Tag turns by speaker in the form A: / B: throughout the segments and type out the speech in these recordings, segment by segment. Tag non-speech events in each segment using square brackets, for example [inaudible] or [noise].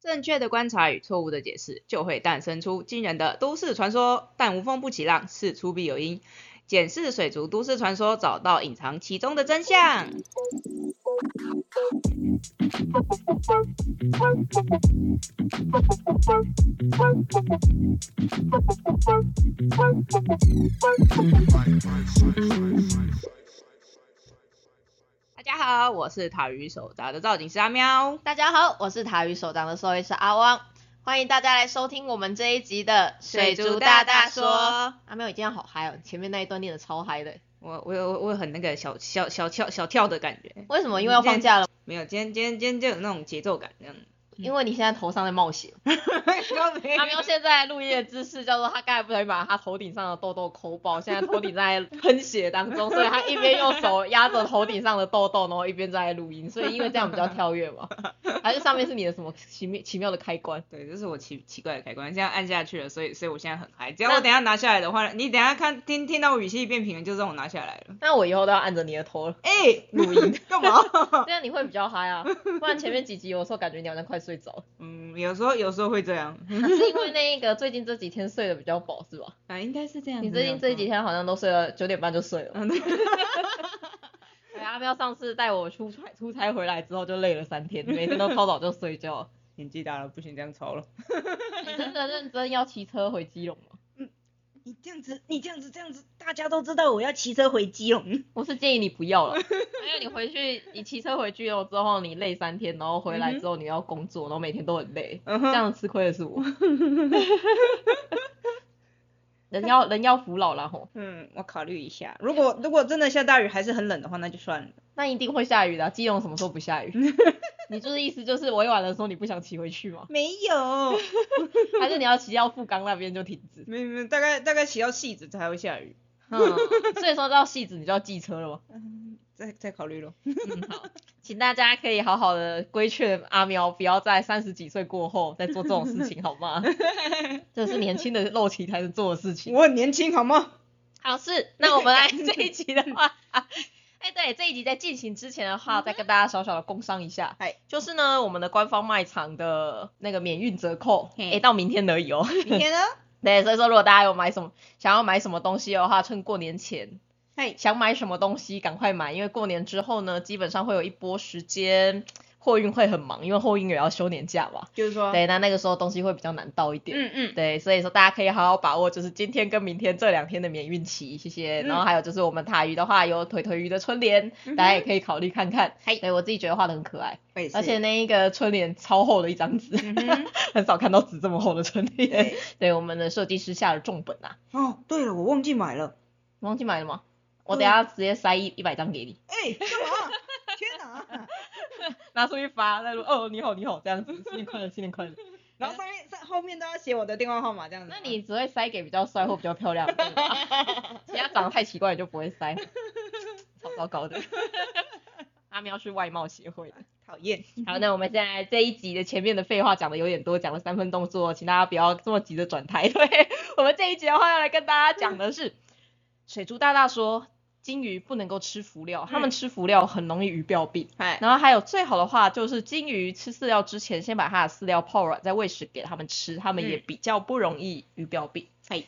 A: 正确的观察与错误的解释，就会诞生出惊人的都市传说。但无风不起浪，事出必有因。检视水族都市传说，找到隐藏其中的真相。大家好，我是塔鱼手札的造景师阿喵。
B: 大家好，我是塔鱼首长的兽医师阿汪，欢迎大家来收听我们这一集的族大。阿喵，你今天好嗨哦！前面那一段念的超嗨的，
A: 我我有我有很那个小小小跳小跳的感觉，
B: 为什么？因为要放假了，
A: 没有，今天今天今天就有那种节奏感这样。 [laughs] 嗯
B: 因为你现在头上在冒 [laughs] 血。阿喵现在录音的姿势叫做他刚才不小心把他头顶上的痘痘抠爆，现在头顶在喷血当中，所以他一边用手压着头顶上的痘痘，然后一边在录 [laughs] 音，所以因为这样比较跳跃 [laughs] 嘛。还是上面是你的什么奇妙奇妙的开关？
A: [laughs] 对，这是我奇奇怪的开关，现在按下去了，所以所以我现在很嗨。只要我等一下拿下来的话，你等一下看听听到我语气变平，就知道我拿下来了。
B: 那我以后都要按着你的头了。
A: 哎、录音干嘛？ [laughs]
B: [laughs] 这样你会比较嗨啊，不然前面几集有时候感觉你好像快睡着 [laughs] 了，
A: 嗯，有时候有时候会这样，
B: 是因为那个最近这几天睡得比较饱是吧？
A: 啊，应该是这样子
B: 你
A: 没有错。
B: 最近这几天好像都睡了九点半就睡了。
A: 嗯，对，
B: [laughs] 对，啊阿喵上次带我出差出差回来之后就累了
A: [laughs]
B: 三天，每天都超早就睡觉。
A: 年纪大了不行，这样操了。
B: 你真的认真要骑车回基隆吗？
A: 你这样子，你这样子，这样子，大家都知道我要骑车回基隆。
B: 我是建议你不
A: [laughs]
B: 要了，因为你回去你骑车回去了之后你累三天，然后回来之后你要工作，然后每天都很累，
A: 嗯
B: [laughs] 这
A: 哼，
B: 样吃亏的是 [laughs] 我。人要人要服老了吼，
A: 嗯，我考虑一下。如果如果真的下大雨还是很冷的话，那就算了。
B: 那一定会下雨的啊、基隆什么时候不下雨？ [laughs] 你就是意思就是委婉的说你不想骑回去吗？
A: 没有，
B: 还是你要骑到富冈那边就停止？
A: [laughs] 没有没有，大概大概骑到戏子才会下雨。
B: 嗯， [laughs] 所以说到戏子你就要寄车了吗？
A: 嗯，再再考虑咯。
B: 嗯，好，请大家可以好好的规劝阿喵，不要在三十几岁过后再做这种事情，好 [laughs] 吗？这是年轻的肉体才能做的事情。
A: 我很年轻好吗？
B: 好，是，那我们来这一集的
A: [laughs]
B: 话， [laughs] 哎，对，这一集在进行之前的话，再跟大家小小的工商一
A: 嗯
B: 下
A: 嗨，
B: 就是呢，我们的官方卖场的那个免运折扣，
A: 嘿
B: 哎，到明天而已哦。 [laughs]
A: 明天呢？
B: 对，所以说如果大家有买什么想要买什么东西的话，趁过年前
A: [laughs] 嘿，
B: 想买什么东西赶快买，因为过年之后呢，基本上会有一波时间货运会很忙，因为货运也要休年假嘛。
A: 就是说，
B: 对，那那个时候东西会比较难到一点。
A: 嗯嗯，
B: 对，所以说大家可以好好把握，就是今天跟明天这两天的免运期，谢谢。
A: 嗯
B: 然后还有就是我们塔鱼的话，有腿腿鱼的春联，
A: 嗯哼
B: 大家也可以考虑看看。
A: 嗨
B: 对我自己觉得画的很可爱，
A: 我也是
B: 而
A: [laughs]
B: 且，那一个春联超厚的一张纸，
A: 嗯哼，
B: 很少看到纸这么厚的春
A: [laughs]
B: 联
A: 对。
B: 对，我们的设计师下了重本啊，
A: 哦，对了，我忘记买了。
B: 你忘记买了吗？我等一下直接塞一一百张给你。
A: 哎，干 [laughs] 嘛？天哪！
B: 拿出去发，再说哦你好你好这样子，新年快乐新年快乐。
A: 然后上面上后面都要写我的电话号码这样子吗。
B: 那你只会塞给比较帅或比较漂亮的人吧， [laughs] 其他长得太奇怪你就不会塞，超糟糕的。阿喵是外貌协会的。
A: 啊讨厌。
B: 好，那我们现在这一集的前面的废话讲的有点多，讲了三分动作，请大家不要这么急着转台。 [laughs] 对我们这一集的话要来跟大家讲的是，水珠大大说金鱼不能够吃浮料，它们吃浮料很容易鱼鳔病。
A: 嗨，
B: 然后还有最好的话就是金鱼吃饲料之前，先把它的饲料泡软，再喂食给它们吃，它们也比较不容易鱼鳔病。
A: 嗨，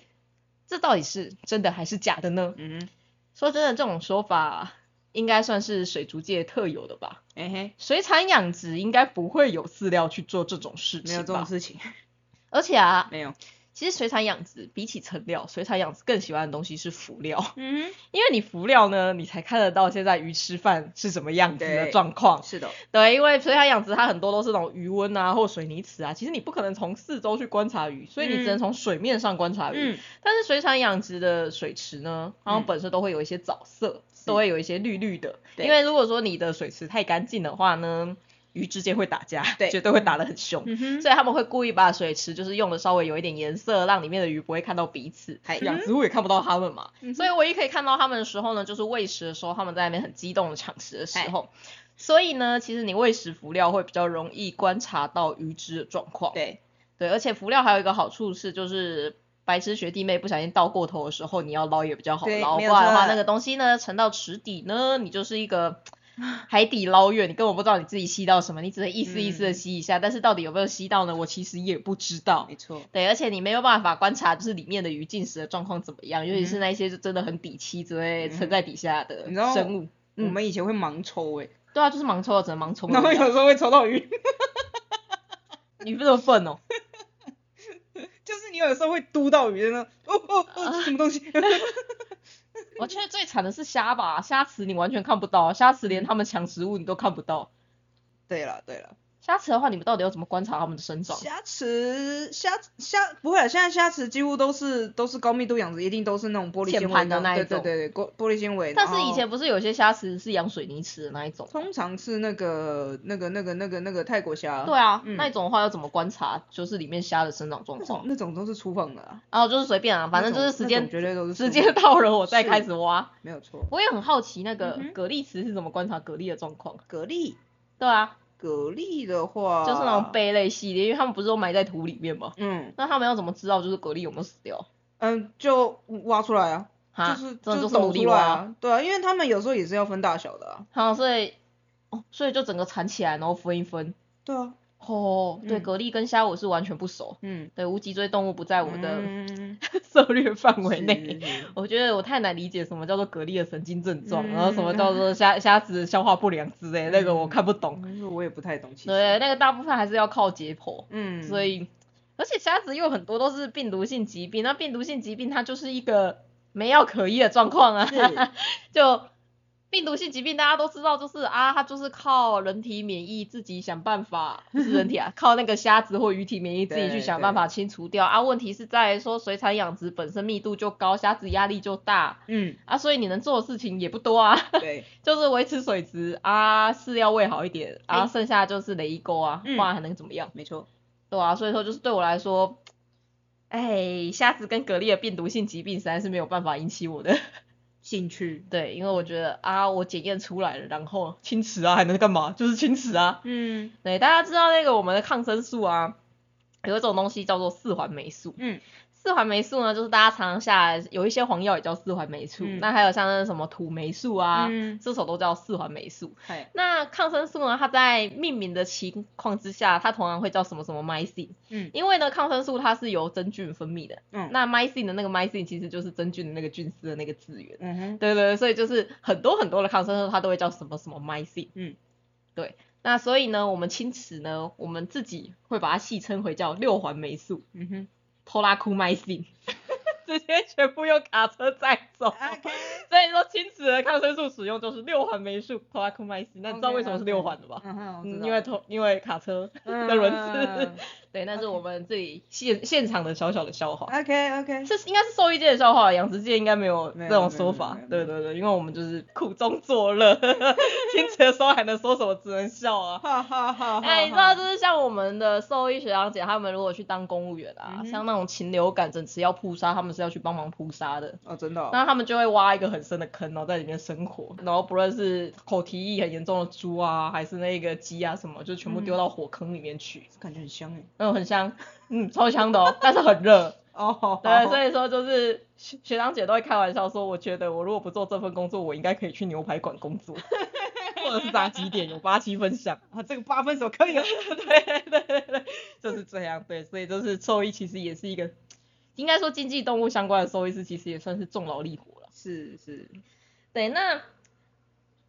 B: 这到底是真的还是假的呢？
A: 嗯，
B: 说真的，这种说法应该算是水族界特有的吧。
A: 哎嘿，
B: 水产养殖应该不会有饲料去做这种事情吧？
A: 没有这种事情，
B: 而且啊，
A: 没有。
B: 其实水产养殖比起成料，水产养殖更喜欢的东西是浮料，
A: 嗯
B: 因为你浮料呢，你才看得到现在鱼吃饭是什么样子的
A: 对
B: 状况。
A: 是的，
B: 对，因为水产养殖它很多都是那种鱼温啊或水泥池啊，其实你不可能从四周去观察鱼，所以你只能
A: 嗯
B: 从水面上观察鱼。
A: 嗯，
B: 但是水产养殖的水池呢，它们
A: 嗯
B: 本身都会有一些藻色，
A: 是
B: 都会有一些绿绿的。
A: 对
B: 因为如果说你的水池太干净的话呢，鱼之间会打架，
A: 对
B: 绝对会打得很凶。
A: 嗯哼，
B: 所以他们会故意把水池就是用的稍微有一点颜色，让里面的鱼不会看到彼此
A: 嗨，嗯
B: 养殖户也看不到它们嘛。
A: 嗯哼
B: 所以唯一可以看到它们的时候呢，就是喂食的时候，它们在那边很激动的抢食的时候。所以呢，其实你喂食浮料会比较容易观察到鱼只的状况。
A: 对，
B: 对，而且浮料还有一个好处是，就是白痴学弟妹不小心倒过头的时候，你要捞也比较好
A: 对
B: 捞，不
A: 没
B: 然
A: 有
B: 的话
A: 错
B: 那个东西呢沉到池底呢，你就是一个海底捞月，你根本不知道你自己吸到什么，你只能一丝一丝的
A: 嗯
B: 吸一下，但是到底有没有吸到呢？我其实也不知道
A: 没。错，
B: 对，而且你没有办法观察，就是里面的鱼进食的状况怎么样，尤其是
A: 嗯
B: 那一些就真的很底栖之类
A: 嗯
B: 沉在底下的
A: 你知道
B: 生物。
A: 我们以前会盲抽哎、
B: 对啊，就是盲抽的，只能盲嗯抽而已啊。
A: 然后有时候会抽到鱼，
B: 你这么笨哦，
A: 就是你有时候会嘟到鱼的那种，哦哦哦，
B: 啊
A: 这什么东
B: [laughs]
A: 西？
B: 我觉得最惨的是虾吧，虾池你完全看不到，虾池连他们抢食物你都看不到。
A: 对了对了，
B: 虾池的话，你们到底要怎么观察它们的生长？
A: 虾池虾虾不会啦，啊现在虾池几乎都是都是高密度养殖，一定都是那种玻璃
B: 浅
A: 纤维
B: 盘的那一
A: 对对
B: 种
A: 对对，玻玻璃纤维。
B: 但
A: 然
B: 是
A: 后
B: 以前不是有些虾池是养水泥池的那一种？
A: 通常是那个那个那个那个那个泰国虾，
B: 对啊，
A: 嗯
B: 那一种的话要怎么观察就是里面虾的生长状
A: 那种 [laughs]
B: 况？
A: 那种都是粗放的、啊，
B: 然后就是随便啊，反正就
A: 那
B: 是
A: 种
B: 时
A: 那
B: 间
A: 种绝对都是
B: 时
A: 粗
B: 间
A: 放
B: 到了我再
A: 是
B: 开始挖。
A: 没有错。
B: 我也很好奇那个
A: 嗯哼
B: 蛤蜊池是怎么观察蛤蜊的状况。
A: 蛤蜊啊
B: 对啊，
A: 蛤蜊的话，
B: 就是那种贝类系列，因为他们不是都埋在土里面吗？
A: 嗯
B: 那他们要怎么知道就是蛤蜊有没有死掉？
A: 嗯，就挖出来啊，
B: 哈，
A: 就是
B: 真的
A: 就
B: 就是
A: 走
B: 努
A: 出
B: 力
A: 来
B: 挖。
A: 啊，对啊，因为他们有时候也是要分大小的啊，
B: 好，所以哦，所以就整个缠起来，然后分一分。
A: 对啊，
B: 哦，对，
A: 嗯
B: 蛤蜊跟虾我是完全不熟，
A: 嗯，
B: 对，无脊椎动物不在我的
A: 嗯
B: [laughs] 涉略范围
A: 是
B: 内。
A: 是是
B: 我觉得我太难理解什么叫做蛤蜊的神经症状，
A: 嗯
B: 然后什么叫做
A: [laughs]
B: 虾虾子消化不良之类，那个我
A: 嗯
B: 看不懂。
A: 那个我也不太懂，其实，
B: 对，那个大部分还是要靠解剖。
A: 嗯，
B: 所以而且虾子又很多都是病毒性疾病，那病毒性疾病它就是一个没药可医的状况啊
A: 是，
B: 就。病毒性疾病大家都知道，就是啊，它就是靠人体免疫自己想办法，不是人
A: [laughs]
B: 体啊，靠那个虾子或鱼体免疫自己去
A: 对
B: 想
A: 对
B: 办法清除掉啊。问题是在于说水产养殖本身密度就高，虾子压力就大
A: 嗯，
B: 啊，所以你能做的事情也不多啊， [laughs]
A: 对，
B: 就是维持水质啊，饲料喂好一点啊，
A: 哎
B: 剩下就是雷沟啊，不
A: 嗯
B: 然还能怎么样？
A: 没错，
B: 对啊，所以说就是对我来说，哎，虾子跟蛤蜊的病毒性疾病实在是没有办法引起我的，
A: 兴
B: [laughs]
A: 趣，
B: 对，因为我觉得啊，我检验出来了，然后清池啊还能干嘛？ [laughs] 就是清池啊。
A: 嗯
B: 对，大家知道那个我们的抗生素啊，有一种东西叫做四环霉素。
A: 嗯
B: 四环霉素呢，就是大家常常下来有一些黄药也叫四环霉素，
A: 嗯
B: 那还有像那什么土霉素啊，
A: 嗯，
B: 这种都叫四环霉素。
A: 嗨，
B: 那抗生素呢？它在命名的情况之下，它通常会叫什么什么 mycin。
A: 嗯
B: 因为呢，抗生素它是由真菌分泌的。
A: 嗯
B: 那 mycin 的那个 mycin 其实就是真菌的那个菌丝的那个字源。
A: 嗯哼，
B: 对对对，所以就是很多很多的抗生素它都会叫什么什么 mycin。
A: 嗯，
B: 对。那所以呢，我们清池呢，我们自己会把它戏称回叫六环霉素、
A: 嗯哼
B: 拖拉库 mycin，直 [laughs] 接全部用卡车载走。
A: ，OK，
B: 所以说，亲子的抗生素使用就是六环霉素 t o r a c u m i c i 那你知道为什么是六环的吧？
A: 嗯哼，我知
B: 嗯，
A: 道嗯
B: 因为头因为卡车的轮子，对， [laughs] 那是我们这里现现场的小小的笑话，
A: ，OK
B: [laughs]
A: OK，
B: 这是应该是兽医界的笑话，养殖界应该没有
A: 没
B: 这
A: 有
B: 种说法
A: 没有。没
B: 对
A: 有
B: 对对，因为我们就是苦中作乐， [laughs] 亲子的时候还能说什么，只能笑
A: [laughs]
B: 啊。
A: 哈哈哈，
B: 哎、你知
A: 哈
B: 道，就是像我们的兽医学长姐，他们如果去当公务员啊，
A: 嗯哼
B: 像那种禽流感整池要扑杀，他们是要去帮忙扑杀的。
A: 哦，真的哦，
B: 那他们就会挖一个很深的坑，然后在里面生活，然后不论是口蹄疫很严重的猪啊，还是那个鸡啊什么，就全
A: 嗯
B: 部丢到火坑里面去，
A: 感觉很香哎，
B: 嗯，很香，嗯，超香的哦，但是很热，
A: 哦，
B: 对，所以说就是学学长姐都会开玩笑说，我觉得我如果不做这份工作，我应该可以去牛排馆工作， [laughs] 或者是炸鸡店有八七分享，
A: [laughs] 啊，这个八分手可以了，
B: [laughs] 对对对对，就是这样，对，所以就是兽医其实也是一个，应该说经济动物相关的兽医师其实也算是重劳力活了。
A: 是是，
B: 对，那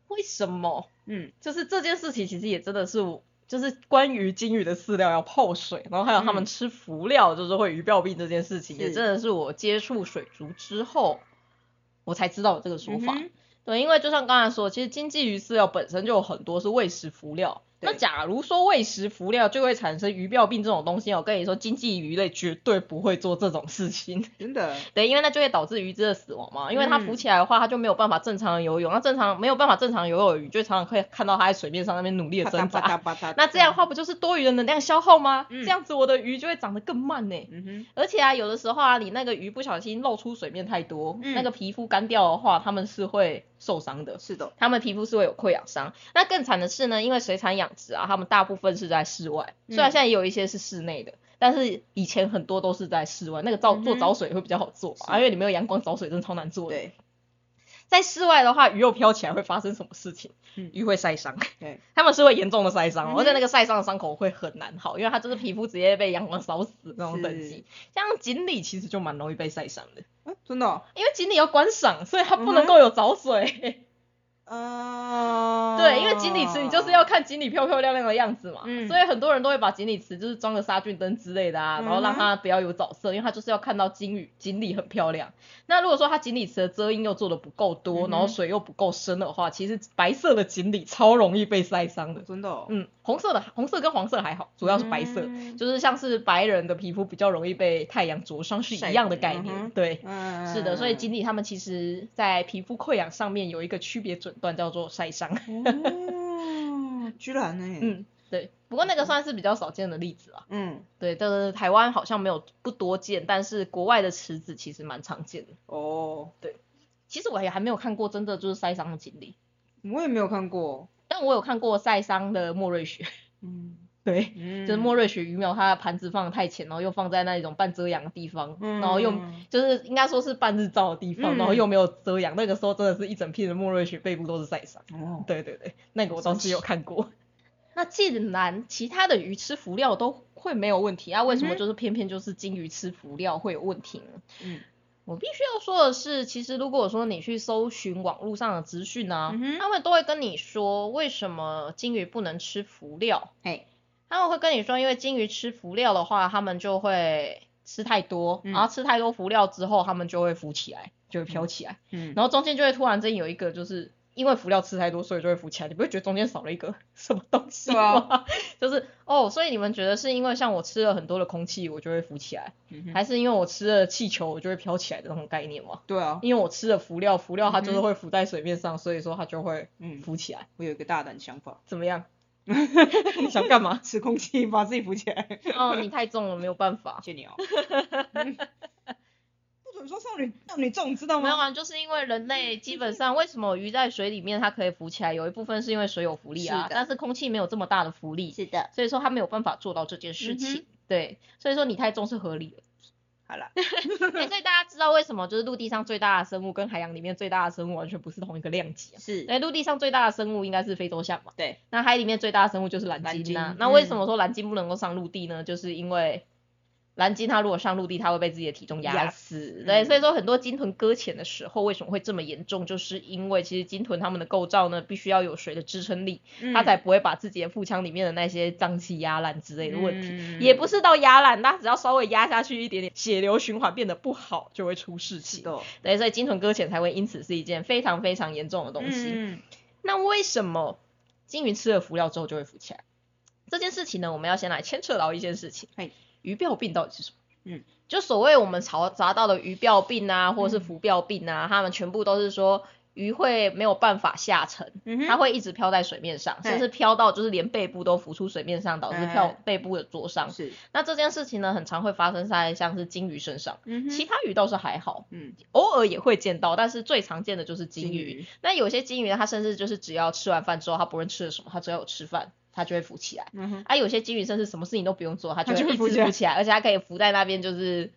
B: 为什么？
A: 嗯
B: 就是这件事情其实也真的是我，就是关于金鱼的饲料要泡水，然后还有它们
A: 嗯
B: 吃浮料就是会鱼鳔病这件事情，也
A: 是
B: 真的是我接触水族之后，我才知道有这个说
A: 嗯
B: 法。
A: 哼
B: 对，因为就像刚才说，其实经济鱼饲料本身就有很多是喂食浮料。那
A: 对
B: 假如说喂食浮料就会产生鱼鳔病这种东西，我跟你说，经济鱼类绝对不会做这种事情。
A: 真的，
B: 对，因为那就会导致鱼只的死亡嘛，因为它浮
A: 嗯
B: 起来的话，它就没有办法正常地游泳，那正常没有办法正常游泳的鱼，就常常可以看到它在水面上那边努力的
A: 啪
B: 挣
A: 嗒啪
B: 扎。
A: 嗒啪嗒，
B: 那这样的话，不就是多余的能量消耗吗？
A: 嗯
B: 这样子我的鱼就会长得更慢呢、
A: 嗯哼，
B: 而且啊，有的时候啊，你那个鱼不小心露出水面太多，
A: 嗯
B: 那个皮肤干掉的话，它们是会受伤的。
A: 是的，
B: 它们皮肤是会有溃疡伤。那更惨的是呢，因为水产养殖啊，它们大部分是在室外，
A: 嗯
B: 虽然现在也有一些是室内的，但是以前很多都是在室外，那个造
A: 嗯哼
B: 做藻水会比较好做嘛、
A: 是
B: 啊，因为你没有阳光，藻水真的超难做的。
A: 对，
B: 在室外的话，鱼肉飘起来会发生什么事情？
A: 嗯哎
B: 鱼会晒伤， [laughs]
A: 对，
B: 他们是会严重的晒
A: 嗯
B: 伤哦，
A: 哼
B: 而且那个晒伤的伤口会很难好，因为它就是皮肤直接被阳光烧死那种等级。像锦鲤其实就蛮容易被晒伤的，
A: 啊真的哦，
B: 因为锦鲤要观赏，所以它不能够有藻水。
A: 嗯，
B: 对，因为锦鲤池你就是要看锦鲤漂漂亮亮的样子嘛，
A: 嗯
B: 所以很多人都会把锦鲤池就是装个杀菌灯之类的啊，然后让它不要有藻色，因为它就是要看到金鱼锦鲤很漂亮。那如果说它锦鲤池的遮阴又做的不够
A: 嗯
B: 多，
A: 哼
B: 然后水又不够深的话，其实白色的锦鲤超容易被晒伤的。
A: 真的哦，
B: 嗯，红色的红色跟黄色还好，主要是白色，
A: 嗯
B: 就是像是白人的皮肤比较容易被太阳灼伤是一样的概
A: 晒
B: 念。
A: 嗯哼
B: 对，
A: 嗯
B: 是的，所以锦鲤它们其实在皮肤溃疡上面有一个区别诊断叫做晒伤。
A: 哦，居然呢，
B: 嗯，对。不过那个算是比较少见的例子啊。
A: 嗯，
B: 对，但是台湾好像没有不多见，但是国外的池子其实蛮常见的。
A: 哦，
B: 其实我也还没有看过真的就是晒伤的锦鲤，
A: 我也没有看过，
B: 但我有看过晒伤的莫瑞雪。
A: 嗯
B: 对，
A: 嗯，
B: 就是莫瑞雪鱼苗，它的盘子放的太浅，然后又放在那一种半遮阳的地方，
A: 嗯，
B: 然后又就是应该说是半日照的地方，然
A: 嗯
B: 后又没有遮阳，那个时候真的是一整片的莫瑞雪背部都是晒伤。
A: 哦，
B: 对对对，那个我倒是有看过。 [laughs] 那既然其他的鱼吃浮料都会没有问题，啊，为什
A: 嗯
B: 么
A: 哼
B: 就是偏偏就是金鱼吃浮料会有问题呢？
A: 嗯
B: 我必须要说的是，其实如果说你去搜寻网络上的资讯啊，
A: 嗯哼
B: 他们都会跟你说为什么金鱼不能吃浮料，
A: 嘿，
B: 他们会跟你说，因为金鱼吃浮料的话，他们就会吃太多，
A: 嗯
B: 然后吃太多浮料之后，他们就会浮起来，就会飘起来，
A: 嗯，
B: 然后中间就会突然间有一个，就是因为浮料吃太多，所以就会浮起来。你不会觉得中间少了一个 [laughs] 什么东西
A: 对啊
B: 吗？ [laughs] 就是哦，所以你们觉得是因为像我吃了很多的空气，我就会浮起来，
A: 嗯哼
B: 还是因为我吃了气球，我就会飘起来的那种概念吗？
A: 对啊，
B: 因为我吃了浮料，浮料它就是
A: 嗯哼
B: 会浮在水面上，所以说它就会
A: 嗯，
B: 浮起来。
A: 我有一个大胆想
B: [laughs]
A: 法，
B: 怎么样？你想干嘛？
A: 吃空气把自己扶起来，
B: 哦，你太重了，没有办法。
A: 谢你哦，嗯 [laughs] 不准说少女少女重，知道
B: 没有
A: 吗？
B: 啊，就是因为人类基本上为什么鱼在水里面它可以浮起来，有一部分是因为水有浮力啊，
A: 是的
B: 但是空气没有这么大的浮力，
A: 是的，
B: 所以说它没有办法做到这件事情。
A: 嗯
B: 对，所以说你太重是合
A: [laughs]
B: 理的、
A: 好了，
B: 哎所以大家知道为什么就是陆地上最大的生物跟海洋里面最大的生物完全不是同一个量级啊？
A: 是，
B: 哎，陆地上最大的生物应该是非洲象嘛，
A: 对，
B: 那海里面最大的生物就是蓝
A: 蓝
B: 鲸啊
A: 鲸。
B: 那为
A: 嗯
B: 什么说蓝鲸不能够上陆地呢？就是因为蓝鲸它如果上陆地，它会被自己的体重压
A: 压
B: 死。
A: 死
B: 对，
A: 嗯
B: 所以说很多鲸豚搁浅的时候，为什么会这么严重？就是因为其实鲸豚它们的构造呢，必须要有水的支撑力，
A: 嗯
B: 它才不会把自己的腹腔里面的那些脏器压烂之类的问题。
A: 题
B: 也不是到压烂，它只要稍微压下去一点点，血流循环变得不好，就会出事
A: 是
B: 情。
A: 的，
B: 对，所以鲸豚搁浅才会因此是一件非常非常严重的东西。
A: 嗯，
B: 那为什么金鱼吃了浮料之后就会浮起来？这件事情呢，我们要先来牵扯到一件事情
A: 嘿，
B: 鱼鳔病到底是什么？
A: 嗯，
B: 就所谓我们查查到的鱼鳔病啊，或者是浮鳔病啊，它们全部都是说鱼会没有办法下沉，
A: 嗯哼
B: 它会一直漂在水面上，
A: 对
B: 甚至漂到就是连背部都浮出水面上，导致漂
A: 嗯
B: 背部的灼伤。
A: 是，
B: 那这件事情呢，很常会发生在像是金鱼身上，
A: 嗯
B: 其他鱼倒是还好，
A: 嗯，
B: 偶尔也会见到，但是最常见的就是金鱼。
A: 鱼，
B: 那有些金鱼呢，它甚至就是只要吃完饭之后，它不论吃了什么，它只要有吃饭，它就会浮起来。
A: 嗯哼，
B: 啊，有些金鱼甚至什么事情都不用做，它
A: 它
B: 就
A: 就会
B: 会一
A: 浮起
B: 直
A: 来
B: 浮起来，而且它可以浮在那边，
A: [laughs]
B: 就是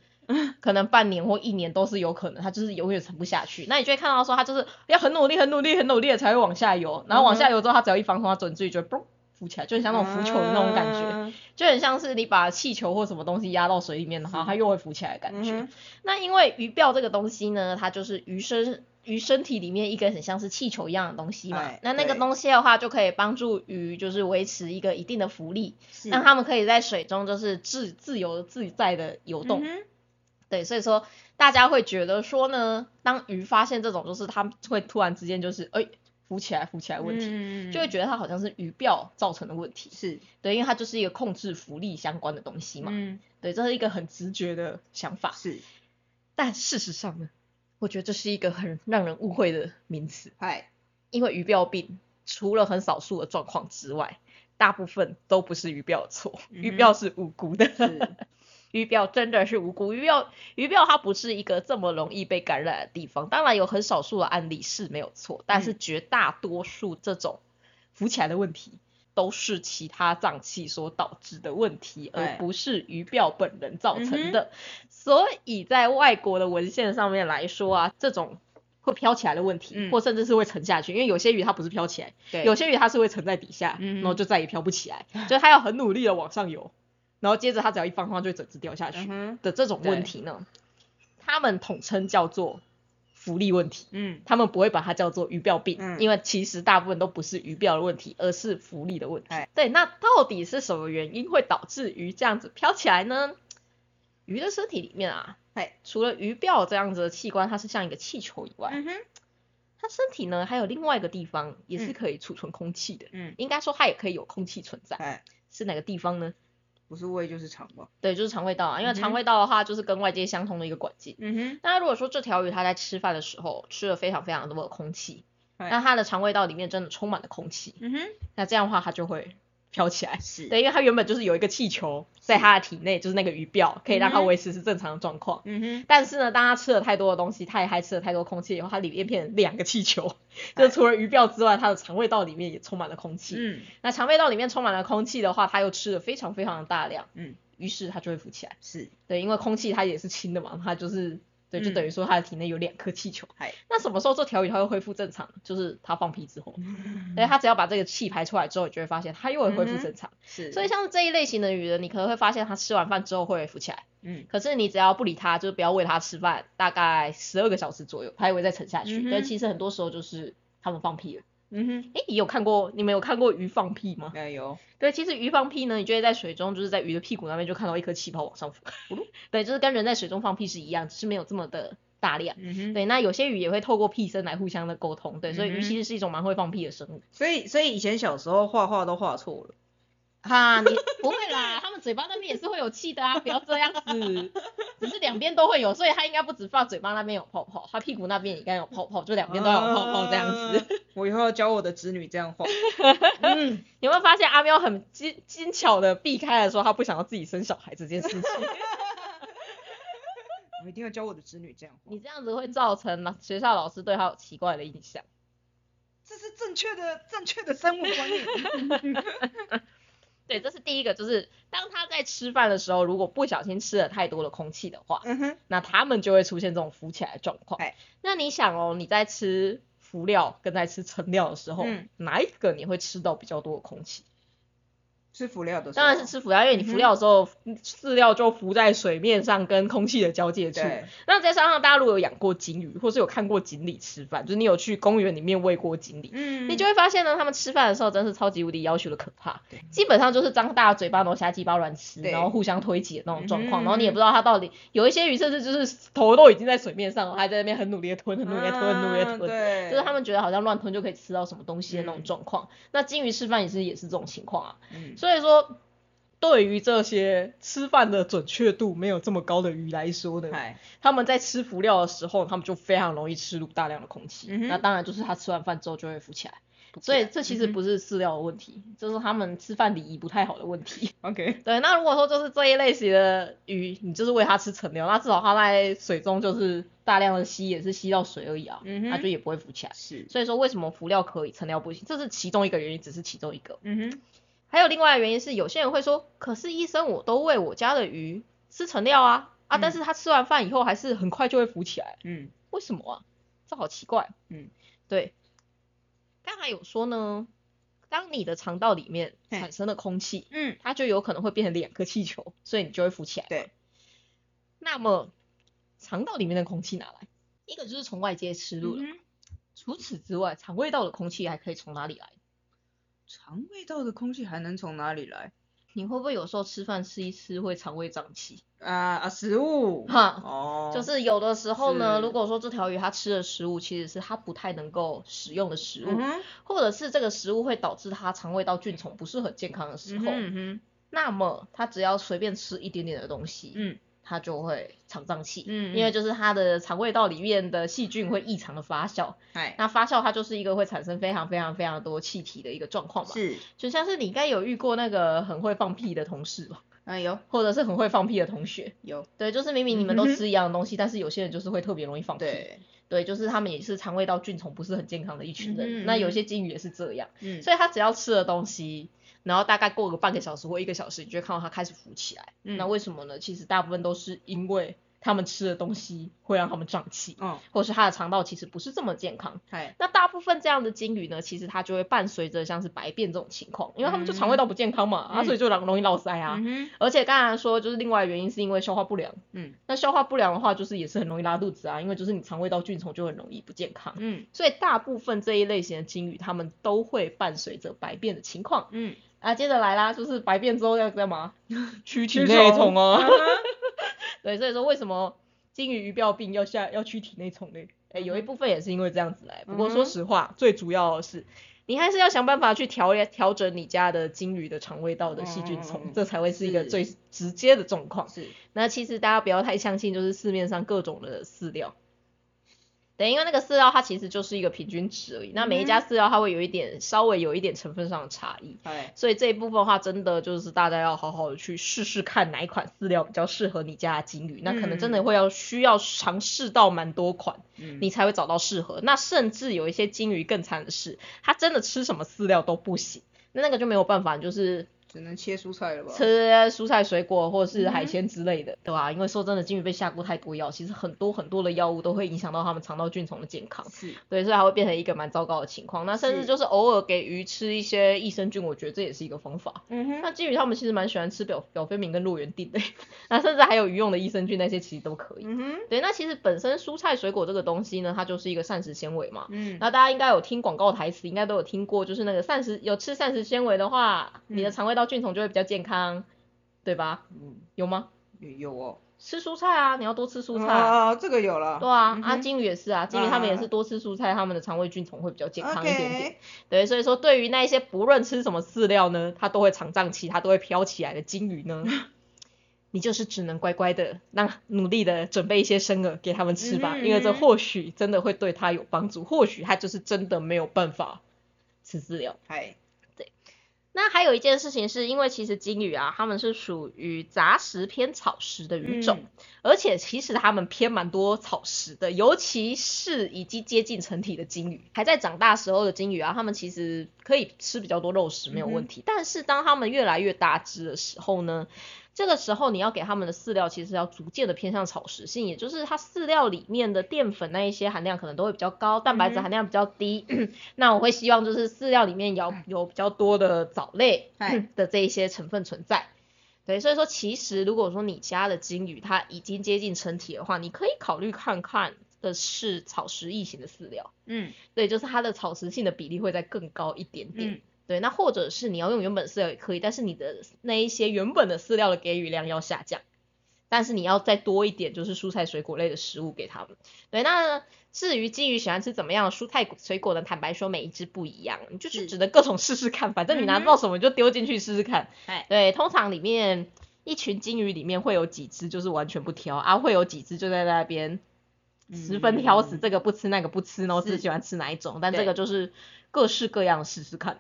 B: 可能半年或一年都是有可能，它就是永远沉不下去。那你就会看到说，它就是要很努力、很努力、很努力的才会往下游，然后
A: 嗯
B: 往下游之后，它只要一放松，它准自己就会嘣浮起来，就很像那种浮球的那种感觉，
A: 嗯
B: 就很像是你把气球或什么东西压到水里面，然后它又会浮起来的感觉。
A: 嗯哼
B: 那因为鱼鳔这个东西呢，它就是鱼身鱼身体里面一个很像是气球一样的东西嘛。
A: 哎
B: 那那个
A: 对
B: 东西的话，就可以帮助鱼就是维持一个一定的浮力，
A: 是
B: 让它们可以在水中就是自自由自在的游动。
A: 嗯
B: 对，所以说大家会觉得说呢，当鱼发现这种就是它会突然之间就是哎、浮起来浮起来
A: 哼
B: 的问题，
A: 嗯
B: 就会觉得它好像是鱼鳔造成的问题。
A: 是，
B: 对，因为它就是一个控制浮力相关的东西嘛。
A: 嗯，
B: 对，这是一个很直觉的想法。
A: 是，
B: 但事实上呢，我觉得这是一个很让人误会的名词，
A: 嗨，
B: 因为鱼鳔病除了很少数的状况之外，大部分都不是鱼鳔的错，
A: 嗯哼
B: 鱼鳔是无辜的。
A: [laughs] 是
B: 鱼鳔真的是无辜，鱼鳔鱼鳔它不是一个这么容易被感染的地方，当然有很少数的案例是没有错，
A: 嗯
B: 但是绝大多数这种浮起来的问题都是其他脏器所导致的问题，
A: 对
B: 而不是鱼鳔本人造成
A: 嗯哼
B: 的。所以在外国的文献上面来说啊，这种会飘起来的问题，
A: 嗯
B: 或甚至是会沉下去，因为有些鱼它不是飘起来，
A: 对，
B: 有些鱼它是会沉在底下，
A: 嗯
B: 然后就再也飘
A: [laughs]
B: 不起来，就是它要很努力的往上游，然后接着它只要一放空，它就会整只掉下去
A: 嗯哼，
B: 的这种问题呢，他们统称叫做浮力问题。
A: 嗯
B: 他们不会把它叫做鱼鳔病，
A: 嗯
B: 因为其实大部分都不是鱼鳔的问题，而是浮力的问题
A: 哎。
B: 对，那到底是什么原因会导致鱼这样子飘起来呢？鱼的身体里面啊，
A: 哎
B: 除了鱼鳔这样子的器官，它是像一个气球以外，
A: 嗯哼，
B: 它身体呢还有另外一个地方也是
A: 嗯
B: 可以储存空气的。
A: 嗯，
B: 应该说它也可以有空气存在，
A: 哎，
B: 是哪个地方呢？
A: 不是胃就是肠吧？
B: 对，就是肠胃道啊，因为
A: 嗯哼
B: 肠胃道的话就是跟外界相通的一个管径。
A: 嗯哼，
B: 那如果说这条鱼它在吃饭的时候吃了非常非常多的空气，
A: 哎
B: 那它的肠胃道里面真的充满了空气，
A: 嗯哼，
B: 那这样的话它就会飘起来。
A: 是，
B: 对，因为它原本就是有一个气球在它的体内，就是那个鱼鳔，可以让它
A: 嗯哼
B: 维持是正常的状况。
A: 嗯哼，
B: 但是呢，当它吃了太多的东西，它也还吃了太多空气以后，它里面变成两个气球， [laughs] 就除了鱼鳔之外，它的肠胃道里面也充满了空气。
A: 嗯，
B: 那肠胃道里面充满了空气的话，它又吃了非常非常的大量，
A: 嗯，
B: 于是它就会浮起来。
A: 是，
B: 对，因为空气它也是轻的嘛，它就是对，就
A: 嗯
B: 等于说它的体内有两颗气球。
A: 嗨
B: 那什么时候这条鱼它会恢复正常？就是它放屁之后，
A: 嗯
B: 对，它只要把这个气排出来之后，你就会发现它又会恢复正常。
A: 是，
B: 所以像这一类型的鱼呢，你可能会发现它吃完饭之后会浮起来，
A: 嗯，
B: 可是你只要不理它，就是不要喂它吃饭，大概十二个小时左右，它也会再沉下去。
A: 嗯哼
B: 但其实很多时候就是它们放屁了。
A: 嗯
B: 哎，你有看过你们有看过鱼放屁吗
A: 哼，？加油，
B: 对，其实鱼放屁呢，你就会在水中，就是在鱼的屁股那边就看到一颗气泡往上 [laughs] 浮。对，就是跟人在水中放屁是一样，只是没有这么的大量。
A: 嗯哼，
B: 对，那有些鱼也会透过屁声来互相的沟通，对，所以
A: 嗯
B: 鱼
A: 哼
B: 其实是一种蛮会放屁的生物。
A: 所以所以以前小时候画画都画错了，
B: 哈，你 [laughs] 不会啦，他们嘴巴那边也是会有气的啊，不要这样 [laughs] 子，只是两边都会有，所以它应该不止放嘴巴那边有泡泡，它屁股那边也应该有泡泡，就两边都要有泡泡这样子。
A: 啊。我以后要教我的子女这
B: [laughs]
A: 样画。嗯，
B: 你 [laughs] 有没有发现阿喵很精精巧的避开了说他不想要自己生小孩这件事情？
A: 我一定要教我的子女这样画
B: 你。这样子会造成老学校老师对他有奇怪的印象。
A: 这是正确的正确的生物观念。
B: 对，这是第一个，就是当他在吃饭的时候，如果不小心吃了太多的空气的话，
A: 嗯哼，
B: 那他们就会出现这种浮起来的状况
A: 哎。
B: 那你想哦，你在吃浮料跟在吃撑料的时候，
A: 嗯
B: 哪一个你会吃到比较多的空气？
A: 吃辅料的时候
B: 当然是吃浮料，因为你
A: 嗯哼
B: 浮料的时候，饲料就浮在水面上跟空气的交界处。
A: 对，
B: 那再加上大家如果有养过锦鲤，或是有看过锦鲤吃饭，就是你有去公园里面喂过锦鲤，
A: 嗯
B: 你就会发现呢，他们吃饭的时候真是超级无敌要求的可怕
A: 对，
B: 基本上就是张大嘴巴，然后瞎鸡巴乱吃，
A: 对
B: 然后互相推挤的那种状况，
A: 嗯
B: 然后你也不知道它到底有一些鱼甚至就是头都已经在水面上了，还在那边很努力的吞，很努力的吞，很努力的
A: 啊
B: 吞。
A: 对，
B: 就是他们觉得好像乱吞就可以吃到什么东西的那种
A: 嗯
B: 状况，那金鱼吃饭也是也是这种情况啊，
A: 嗯，
B: 所以说对于这些吃饭的准确度没有这么高的鱼来说呢，
A: 嗨，
B: 他们在吃浮料的时候，他们就非常容易吃入大量的空气。
A: 嗯哼
B: 那当然就是他吃完饭之后就会浮起来，
A: 不
B: 所以
A: 错
B: 这其实
A: 嗯
B: 不是饲料的问题，就是他们吃饭礼仪不太好的问题。
A: OK，
B: [laughs] 对，那如果说就是这一类型的鱼，你就是喂它吃成料，那至少它在水中就是大量的吸，也是吸到水而已啊，
A: 嗯哼
B: 它就也不会浮起来。
A: 是，
B: 所以说为什么浮料可以，成料不行，这是其中一个原因，只是其中一个。
A: 嗯哼，
B: 还有另外的原因是，有些人会说，可是医生我都喂我家的鱼吃成料啊啊，
A: 嗯
B: 但是它吃完饭以后还是很快就会浮起来。
A: 嗯
B: 为什么啊？这好奇怪。
A: 嗯，
B: 对。刚才有说呢，当你的肠道里面
A: 嘿
B: 产生了空气，
A: 嗯，
B: 它就有可能会变成两颗气球，所以你就会浮起来。
A: 对。
B: 那么肠道里面的空气哪来？一个就是从外界吃入了，
A: 嗯哼
B: 除此之外，肠胃道的空气还可以从哪里来？
A: 肠胃道的空气还能从哪里来？
B: 你会不会有时候吃饭吃一吃会肠胃胀气？
A: 啊啊，食物，
B: 哈，
A: 哦，
B: 就是有的时候呢，
A: 是
B: 如果说这条鱼它吃的食物其实是它不太能够使用的食物，
A: 嗯哼，
B: 或者是这个食物会导致它肠胃道菌虫不是很健康的时
A: 嗯
B: 候，
A: 哼嗯
B: 那么它只要随便吃一点点的东西，
A: 嗯
B: 它就会肠胀气，
A: 嗯
B: 因为
A: 嗯
B: 就是它的肠胃道里面的细菌会异常的发酵，
A: 哼，嗨，
B: 那发酵它就是一个会产生非常非常非常多气体的一个状况嘛，
A: 是，
B: 就像是你应该有遇过那个很会放屁的同事吧，
A: 啊有
B: 或者是很会放屁的同学，
A: 有，
B: 对，就是明明你们
A: 嗯
B: 都
A: 哼
B: 吃一样的东西，但是有些人就是会特别容易放屁，
A: 对，
B: 对，就是他们也是肠胃道菌虫不是很健康的一群
A: 嗯
B: 人。
A: 哼
B: 那有些金鱼也是这样，
A: 嗯，
B: 所以它只要吃了东西，然后大概过个半个小时或一个小时，你就会看到它开始浮起来。那
A: 嗯
B: 为什么呢？其实大部分都是因为他们吃的东西会让他们胀气，
A: 嗯，
B: 或是它的肠道其实不是这么健康。
A: 嗨，
B: 那大部分这样的金鱼呢，其实它就会伴随着像是白便这种情况，因为它们就肠胃道不健康嘛，啊，
A: 嗯
B: 所以就容容易落塞啊。
A: 嗯哼，
B: 而且刚才说，就是另外原因是因为消化不良。
A: 嗯
B: 那消化不良的话，就是也是很容易拉肚子啊，因为就是你肠胃道菌虫就很容易不健康。
A: 嗯
B: 所以大部分这一类型的金鱼，它们都会伴随着白便的情况。
A: 嗯，
B: 啊，接着来啦，就是白便之后要干嘛？ [laughs]
A: 驱
B: 体内虫
A: 啊
B: 啊。对，所以说为什么金鱼鱼鳔病要下要驱体内虫呢？哎、有一
A: 嗯哼
B: 部分也是因为这样子来。不
A: 嗯
B: 过
A: 哼
B: 说实话，最主要的是，你还是要想办法去调调整你家的金鱼的肠胃道的细菌
A: 嗯嗯嗯
B: 虫
A: 嗯，
B: 这才会是一个
A: 是
B: 最直接的状况。
A: [laughs] 是，
B: 那其实大家不要太相信，就是市面上各种的饲料。对，因为那个饲料它其实就是一个平均值而已。那每一家饲料它会有一点稍微有一点成分上的差异，
A: [laughs] 嗨，
B: 所以这一部分的话，真的就是大家要好好的去试试看哪一款饲料比较适合你家的金鱼。那可能真的会要需要尝试到蛮多款，
A: 嗯
B: 你才会找到适合。那甚至有一些金鱼更惨的是，它真的吃什么饲料都不行，那那个就没有办法，你就是
A: 只能切蔬菜了吧？
B: 吃蔬菜水果或者是
A: 嗯
B: 海
A: 哼
B: 鲜之类的，对吧、因为说真的，金鱼被下过太多药，其实很多很多的药物都会影响到它们肠道菌虫的健康，
A: 是，
B: 对，所以它会变成一个蛮糟糕的情况。那甚
A: 是
B: 至就是偶尔给鱼吃一些益生菌，我觉得这也是一个方法。
A: 嗯哼，
B: 那金鱼它们其实蛮喜欢吃表表飞明跟洛元定的， [laughs] 那甚至还有鱼用的益生菌那些其实都可以。
A: 嗯哼，
B: 对，那其实本身蔬菜水果这个东西呢，它就是一个膳食纤维嘛，
A: 嗯，
B: 那大家应该有听广告台词，应该都有听过，就是那个膳食有吃膳食纤维的话，
A: 嗯
B: 你的肠胃道菌虫就会比较健康，对吧？
A: 嗯，
B: 有吗？
A: 有有哦，
B: 吃蔬菜啊，你要多吃蔬菜啊。
A: 啊，这个有了，
B: 对啊，
A: 嗯
B: 啊，
A: 哼
B: 金鱼也是啊，金鱼他们也
A: 啊
B: 是多吃蔬菜，他们的肠胃菌虫会比较健康一点点。
A: OK，
B: 对，所以说对于那一些不论吃什么饲料呢，它都会肠胀气，它都会飘起来的金鱼
A: [laughs]
B: 呢，你就是只能乖乖的让努力的准备一些生饵给它们吃吧，
A: 嗯哼
B: 因为这
A: 嗯哼
B: 或许真的会对它有帮助，或许它就是真的没有办法吃饲料。
A: 嗨，
B: 那还有一件事情是因为其实金鱼啊，它们是属于杂食偏草食的鱼种，而且其实它们偏蛮多草食的，尤其是已经接近成体的金鱼，还在长大时候的金鱼啊，它们其实可以吃比较多肉食没有问题，但是当它们越来越大只的时候呢，这个时候你要给它们的饲料其实要逐渐的偏向草食性，也就是它饲料里面的淀粉那一些含量可能都会比较高，蛋白
A: 嗯
B: 质
A: 哼
B: 含量比较低。 [clears throat] 那我会希望就是饲料里面有有比较多的藻类
A: 嗨
B: [clears throat] 的这一些成分存在。对，所以说其实如果说你家的金鱼它已经接近成体的话，你可以考虑看看的是草食异型的饲料，
A: 嗯
B: 对，就是它的草食性的比例会再更高一点点。
A: 嗯
B: 对，那或者是你要用原本饲料也可以，但是你的那一些原本的饲料的给予量要下降，但是你要再多一点，就是蔬菜水果类的食物给他们。对，那至于金鱼喜欢吃怎么样的蔬菜水果呢？坦白说，每一只不一样，你就是
A: 是
B: 只能各种试试看，反正你拿
A: 嗯哼哎
B: 到什么你就丢进去试试看。
A: 嗨
B: 对，通常里面一群金鱼里面会有几只就是完全不挑啊，会有几只就在那边十分挑食，
A: 嗯
B: 这个不吃那个不吃，然后
A: 是
B: 只喜欢吃哪一种，但这
A: 对
B: 个就是各式各样试试看。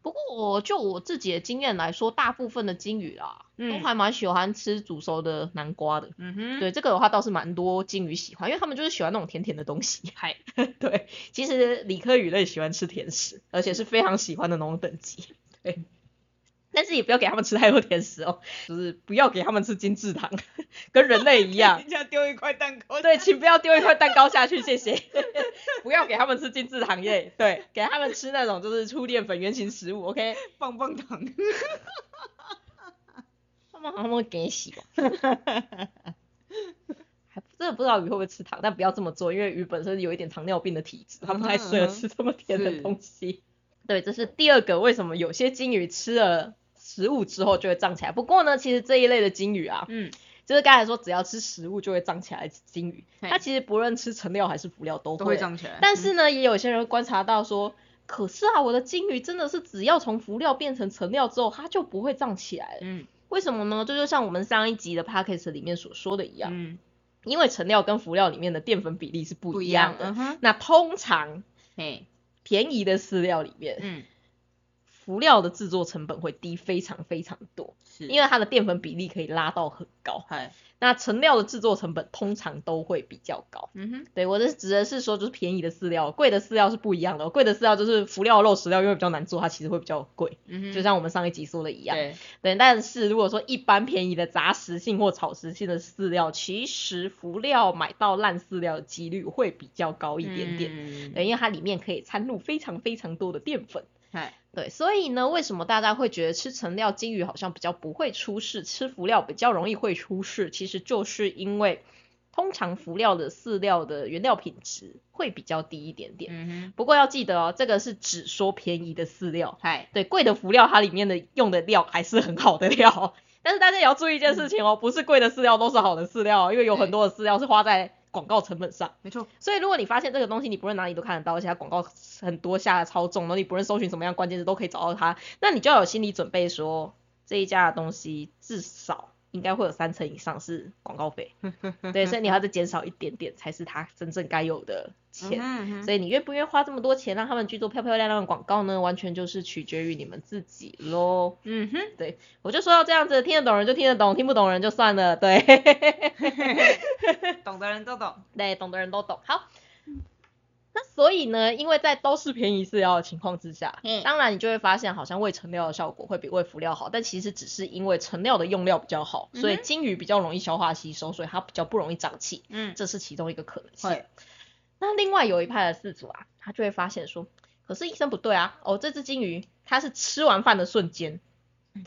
B: 不过就我自己的经验来说，大部分的金鱼啊，
A: 嗯
B: 都还蛮喜欢吃煮熟的南瓜的。
A: 嗯哼，
B: 对这个的话倒是蛮多金鱼喜欢，因为他们就是喜欢那种甜甜的东西。 [laughs] 嗨，对，其实理科鱼类喜欢吃甜食，而且是非常喜欢的那种等级。对，但是也不要给他们吃太多甜食哦，就是不要给他们吃精致糖， [laughs] 跟人类一样。
A: [laughs] 人家丢一块蛋糕，
B: [laughs] 对，请不要丢一块蛋糕下去，谢谢。 [laughs] 不要给他们吃精致糖液，对，给他们吃那种就是粗淀粉原型食物，OK？
A: 棒棒糖，
B: 他们好像会给洗吧。 [laughs] 还真的不知道鱼会不会吃糖，但不要这么做，因为鱼本身有一点糖尿病的体质，它不太适合
A: 嗯哼
B: 吃这么甜
A: 是
B: 的东西。对，这是第二个为什么有些金鱼吃了食物之后就会胀起来。不过呢，其实这一类的金鱼啊，
A: 嗯
B: 就是刚才说只要吃食物就会胀起来的金鱼，
A: 嘿
B: 它其实不论吃成料还是辅料都
A: [laughs] 都
B: 会
A: 会胀起来，
B: 但是呢，也有些人会观察到说，可是啊，我的金鱼真的是只要从浮料变成成料之后，它就不会胀起来了。
A: 嗯
B: 为什么呢？这就像我们上一集的 p a c k a g e 里面所说的一样，
A: 嗯
B: 因为成料跟浮料里面的淀粉比例是不
A: 不
B: 一
A: 一样
B: 样，的。
A: 嗯哼，
B: 那通常
A: 嘿，
B: 便宜的饲料里面，
A: 嗯
B: 辅料的制作成本会低非常非常多，
A: 是
B: 因为它的淀粉比例可以拉到很高。
A: 嗨，
B: 那成料的制作成本通常都会比较高。
A: 嗯哼，
B: 对我的指的是说，就是便宜的饲料，贵的饲料是不一样的哦。贵的饲料就是辅料、肉食料，因为比较难做，它其实会比较贵，
A: 嗯哼，
B: 就像我们上一集说的一样。
A: 对，
B: 对，但是如果说一般便宜的杂食性或草食性的饲料，其实辅料买到烂饲料的几率会比较高一点点。
A: 点
B: 对，因为它里面可以掺入非常非常多的淀粉。
A: 嗨，
B: 对，所以呢，为什么大家会觉得吃成料金鱼好像比较不会出事，吃辅料比较容易会出事？其实就是因为通常辅料的饲料的原料品质会比较低一点点。
A: 嗯
B: 不过要记得哦，这个是只说便宜的饲料
A: 哼，，嗨，
B: 对，贵的辅料它里面的用的料还是很好的料，但是大家也要注意一件事情哦，不是贵的饲料都是好的饲料哦，因为有很
A: 对
B: 多的饲料是花在广告成本上。
A: 没错，
B: 所以如果你发现这个东西你不论哪里都看得到，而且它广告很多下的超重，然后你不论搜寻什么样关键字都可以找到它，那你就要有心理准备说这一家的东西至少应该会有三成以上是广告费，
A: 嗯
B: 对，所
A: [laughs]
B: 以你还要再减少一点点才是它真正该有的钱。
A: 钱
B: 所以你愿不愿意花这么多钱让他们去做漂漂亮亮的广告呢？完全就是取决于你们自己喽。
A: 嗯哼，
B: 我就说到这样子，听得懂人就听得懂，听不懂人就算了。对，
A: 懂的人都懂，
B: 对，懂的人都懂。好，
A: 嗯
B: 那所以呢，因为在都是便宜饲料的情况之下，
A: 嗯
B: 当然你就会发现，好像喂成料的效果会比喂辅料好，但其实只是因为成料的用料比较好，所以
A: 嗯哼
B: 金鱼比较容易消化吸收，所以它比较不容易胀气，
A: 嗯，
B: 这是其中一个可能性
A: 会。，
B: 那另外有一派的饲主啊，他就会发现说，可是医生不对啊，哦，这只金鱼它是吃完饭的瞬间，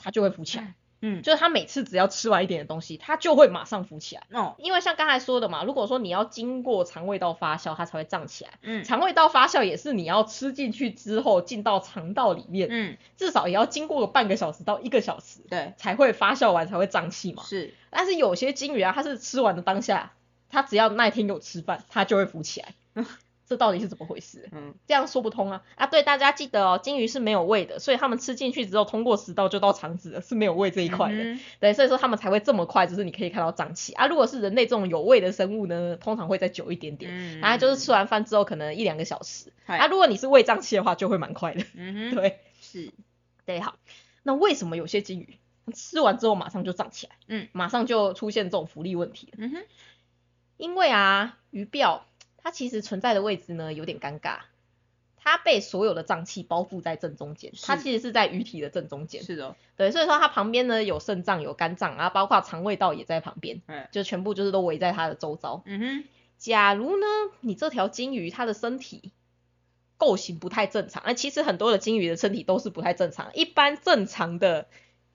B: 它就会浮起来，
A: 嗯，
B: 就是它每次只要吃完一点的东西，它就会马上浮起来。
A: 哦，
B: 因为像刚才说的嘛，如果说你要经过肠胃道发酵，它才会胀起来。
A: 嗯，
B: 肠胃道发酵也是你要吃进去之后进到肠道里面，
A: 嗯，
B: 至少也要经过个半个小时到一个小时
A: 对，
B: 才会发酵完才会胀气嘛。
A: 是，
B: 但是有些金鱼啊，它是吃完的当下，它只要那一天有吃饭，它就会浮
A: [laughs]
B: 起来。这到底是怎么回事？
A: 嗯，
B: 这样说不通啊！啊，对，大家记得哦，金鱼是没有胃的，所以它们吃进去之后，通过食道就到肠子了，是没有胃这一块的。
A: 嗯哼，
B: 对，所以说他们才会这么快，就是你可以看到胀气啊。如果是人类这种有胃的生物呢，通常会再久一点点，
A: 嗯，
B: 然后就是吃完饭之后可能一两个小时。
A: 嗨
B: 啊，，如果你是胃胀气的话，就会蛮快的。
A: 嗯哼，
B: [laughs] 对，
A: 是，
B: 对，好。那为什么有些金鱼吃完之后马上就胀起来？
A: 嗯，
B: 马上就出现这种浮力问题了？
A: 嗯哼，
B: 因为啊，鱼鳔它其实存在的位置呢有点尴尬，它被所有的脏器包覆在正中间，它
A: 是
B: 其实是在鱼体的正中间。
A: 是的，
B: 对，所以说它旁边呢有肾脏、有肝脏啊，包括肠胃道也在旁边，
A: 嗯
B: 就全部就是都围在它的周遭。
A: 嗯哼，
B: 假如呢，你这条金鱼它的身体构型不太正常，那其实很多的金鱼的身体都是不太正常，一般正常的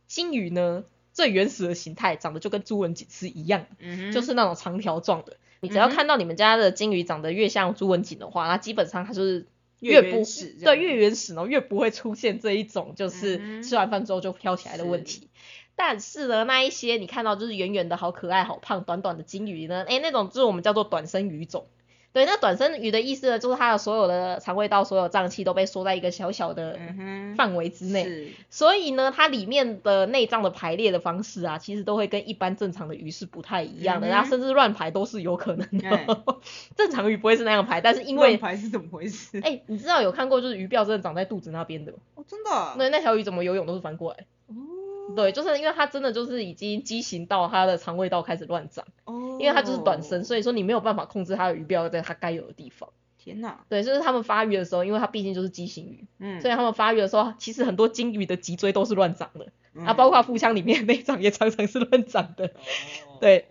B: 金鱼呢，最原始的形态长得就跟猪纹锦是一样的，
A: 嗯哼，
B: 就是那种长条状的。你只要
A: 嗯哼
B: 看到你们家的金鱼长得越像猪纹锦的话，那基本上它就是
A: 越
B: 不
A: 原始这
B: 对
A: 样
B: 越原始，然后越不会出现这一种就是
A: 嗯哼
B: 吃完饭之后就飘起来的问题。但是呢，那一些你看到就是圆圆的好可爱、好胖、短短的金鱼呢，诶，那种就是我们叫做短身鱼种。对，那短身鱼的意思呢，就是它的所有的肠胃道、所有脏器都被缩在一个小小的
A: 嗯哼，
B: 范围之内。
A: 是，
B: 所以呢，它里面的内脏的排列的方式啊，其实都会跟一般正常的鱼是不太一样的，
A: 嗯哼
B: 那、甚至乱排都是有可能的。
A: 哎
B: [laughs] 正常鱼不会是那样排，但是因
A: 乱
B: 为
A: 排是怎么回 [laughs] 事？
B: 哎、你知道有看过就是鱼鳔真的长在肚子那边的吗，
A: 哦，真的，
B: 那那条鱼怎么游泳都是翻过来。
A: 哦，
B: 对，就是因为它真的就是已经畸形到它的肠胃道开始乱长，
A: 哦，
B: 因为它就是短身，所以说你没有办法控制它的鱼鳔在它该有的地方。
A: 天哪，
B: 对，就是它们发育的时候，因为它毕竟就是畸形鱼，
A: 嗯，
B: 所以它们发育的时候，其实很多金鱼的脊椎都是乱长的。
A: 嗯
B: 啊，包括腹腔里面的 [laughs] 内脏也常常是乱长的。
A: 哦
B: 对，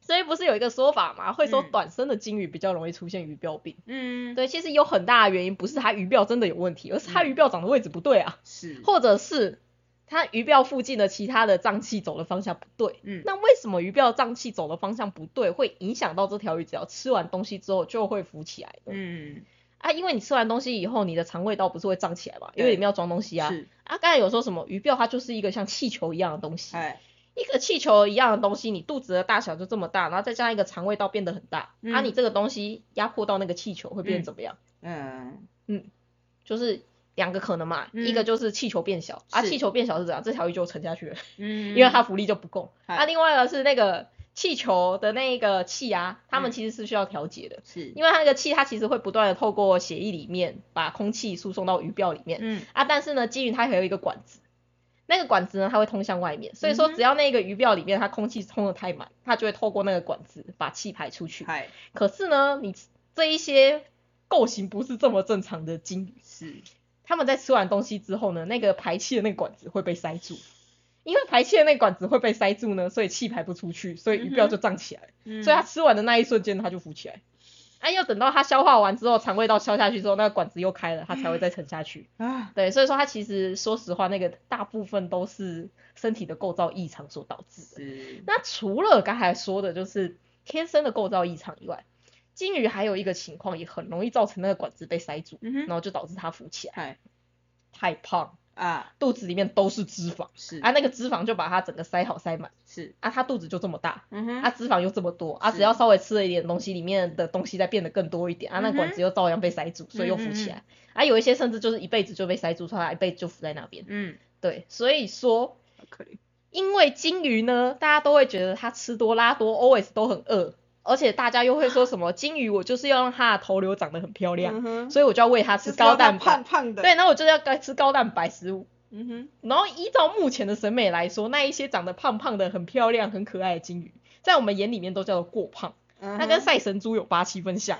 B: 所以不是有一个说法嘛，会说
A: 嗯
B: 短身的金鱼比较容易出现鱼鳔病。
A: 嗯，
B: 对，其实有很大的原因不是它鱼鳔真的有问题，而是它鱼鳔长的位置不对啊，
A: 是，
B: 或者是它鱼鳔附近的其他的脏器走的方向不对。
A: 嗯，
B: 那为什么鱼鳔脏器走的方向不对，会影响到这条鱼只要吃完东西之后就会浮起来呢？
A: 嗯，
B: 啊，因为你吃完东西以后，你的肠胃道不是会胀起来嘛，因
A: 对
B: 为里面要装东西啊。
A: 是，
B: 啊，刚才有说什么鱼鳔它就是一个像气球一样的东西，
A: 哎，
B: 一个气球一样的东西，你肚子的大小就这么大，然后再加上一个肠胃道变得很大，
A: 嗯
B: 啊，你这个东西压迫到那个气球会变成怎么样？
A: 嗯，
B: 就是两个可能嘛，
A: 嗯
B: 一个就是气球变小，啊，
A: 是
B: 气球变小是怎样？这条鱼就沉下去了，
A: 嗯，
B: 因为它浮力就不够。
A: 嗨
B: 啊，另外呢是那个。气球的那个气啊，它
A: 嗯
B: 们其实是需要调节的，
A: 是，
B: 因为它那个气它其实会不断的透过血液里面把空气输送到鱼鳔里面、
A: 嗯
B: 啊，但是呢，基于它还有一个管子。那个管子呢，它会通向外面，所以说
A: 嗯哼
B: 只要那个鱼鳔里面它空气通的太满，它就会透过那个管子把气排出去。
A: 嗨
B: 可是呢，你这一些构型不是这么正常的鲸鱼，
A: 是，
B: 他们在吃完东西之后呢，那个排气的那个管子会被塞住，因为排气的那个管子会被塞住呢，所以气排不出去，所以鱼鳔就胀起来，
A: 嗯
B: 所以它吃完的那一瞬间它就浮起来。哎、要等到它消化完之后，肠胃道消下去之后，那个管子又开了，它才会再沉
A: [laughs]
B: 下去。
A: 啊
B: 对，所以说它其实说实话，那个大部分都是身体的构造异常所导致的。
A: 是，
B: 那除了刚才说的，就是天生的构造异常以外，金鱼还有一个情况也很容易造成那个管子被塞住，
A: 嗯
B: 然
A: 哼，
B: 后就导致它浮起来，
A: 嗨
B: 太胖，
A: 啊
B: 肚子里面都是脂肪
A: 是
B: 啊，那个脂肪就把它整个塞好塞满
A: 是，
B: 啊，它肚子就这么大。
A: 嗯哼
B: 啊，脂肪又这么多啊，只
A: 是
B: 要稍微吃了一点东西，里面的东西再变得更多一点啊，那
A: 嗯
B: 个管
A: 哼嗯
B: 子又照样被塞住，所以又浮起来。啊，有一些甚至就是一辈子就被塞住，它一辈子就浮在那边。
A: 嗯，
B: 对，所以说
A: 好可怜，
B: 因为金鱼呢，大家都会觉得它吃多拉多，always 都很饿，而且大家又会说什
A: [laughs]
B: 么金鱼，我就是要让它的头瘤长得很漂亮，
A: 嗯哼，
B: 嗯所以我就要喂它
A: 就
B: 吃
A: 是要
B: 高
A: 那
B: 蛋白
A: 胖。胖的，
B: 对，，那我就是要该吃高蛋白食物。
A: 嗯哼，
B: 然后依照目前的审美来说，那一些长得胖胖的、很漂亮、很可爱的金鱼，在我们眼里面都叫做过胖，
A: 那
B: 它跟赛神猪有八七分像。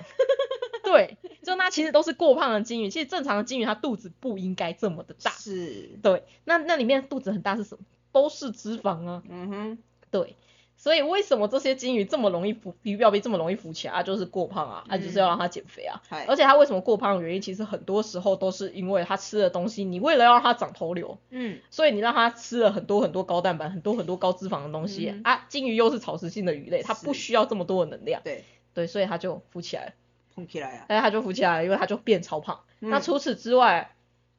B: 对，就那其实都是过胖的金鱼。其实正常的金鱼，它肚子不应该这么的大。
A: 是，
B: 对，那那里面肚子很大是什么？都是脂肪啊。
A: 嗯哼，
B: 对，所以为什么这些金鱼这么容易浮，鱼标比这么容易浮起来、啊，就是过胖啊，啊就是要让它减肥啊。
A: 嗨
B: 而且它为什么过胖的原因，其实很多时候都是因为它吃的东西，你为了要让它长头瘤，
A: 嗯
B: 所以你让它吃了很多很多高蛋白、很多很多高脂肪的东西、
A: 嗯
B: 啊。金鱼又是草食性的鱼类，它不
A: 是
B: 需要这么多的能量，
A: 对，
B: 对，所以它就浮起来了，
A: 碰起来啊，
B: 但是它就浮起来了，因为它就变超胖。那
A: 嗯
B: 除此之外，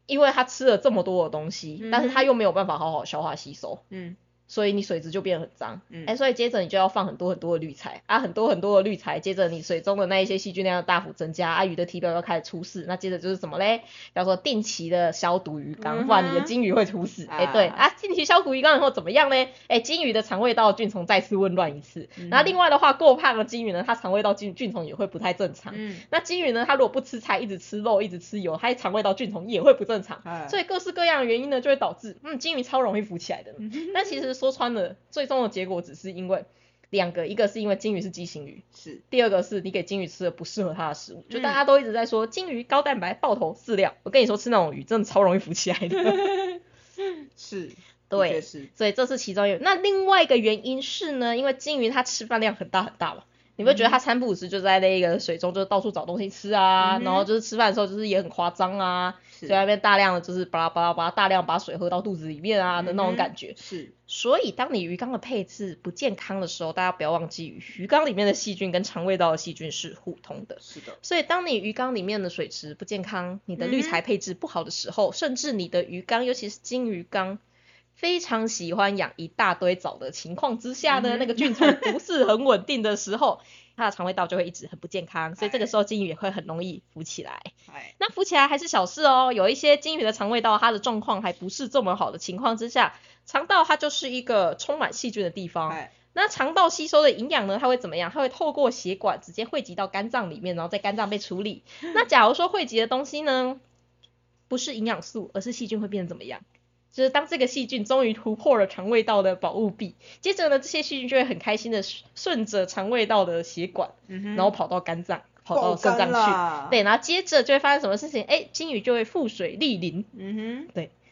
B: 因为它吃了这么多的东西，但是它
A: 嗯哼
B: 又没有办法好好消化吸收，
A: 嗯
B: 所以你水质就变得很脏。
A: 嗯
B: 哎、所以接着你就要放很多很多的滤材啊，很多很多的滤材，接着你水中的那一些细菌量大幅增加，啊，鱼的体表要开始出事，那接着就是什么嘞？叫做定期的消毒鱼缸，不然你
A: 嗯
B: 的
A: 哼
B: 金鱼会出事。哎、
A: 啊
B: 对啊，定期消毒鱼缸以后怎么样嘞？哎、金鱼的肠胃道菌虫再次紊乱一次。
A: 嗯
B: 然后另外的话，过胖的金鱼呢，它肠胃道菌菌虫也会不太正常。
A: 嗯，
B: 那金鱼呢，它如果不吃菜，一直吃肉，一直吃油，它肠胃道菌虫也会不正常。
A: 嗨
B: 所以各式各样的原因呢，就会导致，嗯，金鱼超容易浮起来的。
A: 嗯哼
B: 但其实说穿了，最终的结果只是因为两个，一个是因为金鱼是畸形鱼，
A: 是，
B: 第二个是你给金鱼吃了不适合它的食物。就
A: 嗯
B: 大家都一直在说金鱼高蛋白、爆头、饲料，我跟你说吃那种鱼真的超容易浮起来
A: [laughs]
B: 的。
A: 是，的
B: 对
A: 确是，
B: 所以这是其中一个。那另外一个原因是呢，因为金鱼它吃饭量很大很大嘛。你会觉得它三不五时就在那个水中就到处找东西吃啊，
A: 嗯嗯哼
B: 然后就是吃饭的时候就是也很夸张啊，
A: 是
B: 就在那边大量的就是巴拉巴拉巴拉大量把水喝到肚子里面啊的那
A: 嗯
B: 种
A: 哼
B: 感觉。
A: 是，
B: 所以，当你鱼缸的配置不健康的时候，大家不要忘记，鱼缸里面的细菌跟肠胃道的细菌是互通的。
A: 是的，
B: 所以，当你鱼缸里面的水质不健康，你
A: 嗯
B: 的
A: 哼
B: 滤材配置不好的时候，甚至你的鱼缸，尤其是金鱼缸，非常喜欢养一大堆藻的情况之下呢，
A: 嗯哼
B: 那个菌虫不是很稳定的时
A: [laughs]
B: 候，它的肠胃道就会一直很不健康，所以这个时候金鱼也会很容易浮起来。
A: 哎，
B: 那浮起来还是小事哦。有一些金鱼的肠胃道，它的状况还不是这么好的情况之下，肠道它就是一个充满细菌的地方。
A: 哎，
B: 那肠道吸收的营养呢，它会怎么样？它会透过血管直接汇集到肝脏里面，然后在肝脏被
A: [laughs]
B: 处理。那假如说汇集的东西呢，不是营养素，而是细菌，会变得怎么样？就是当这个细菌终于突破了肠胃道的保护壁，接着呢，这些细菌就会很开心的顺着肠胃道的血管，
A: 嗯哼
B: 然后跑到肝脏，跑
A: 爆
B: 到肾脏
A: 肝
B: 去。
A: 啦，
B: 对，然后接着就会发生什么事情？哎，金鱼就会腹水逆鳞，
A: 嗯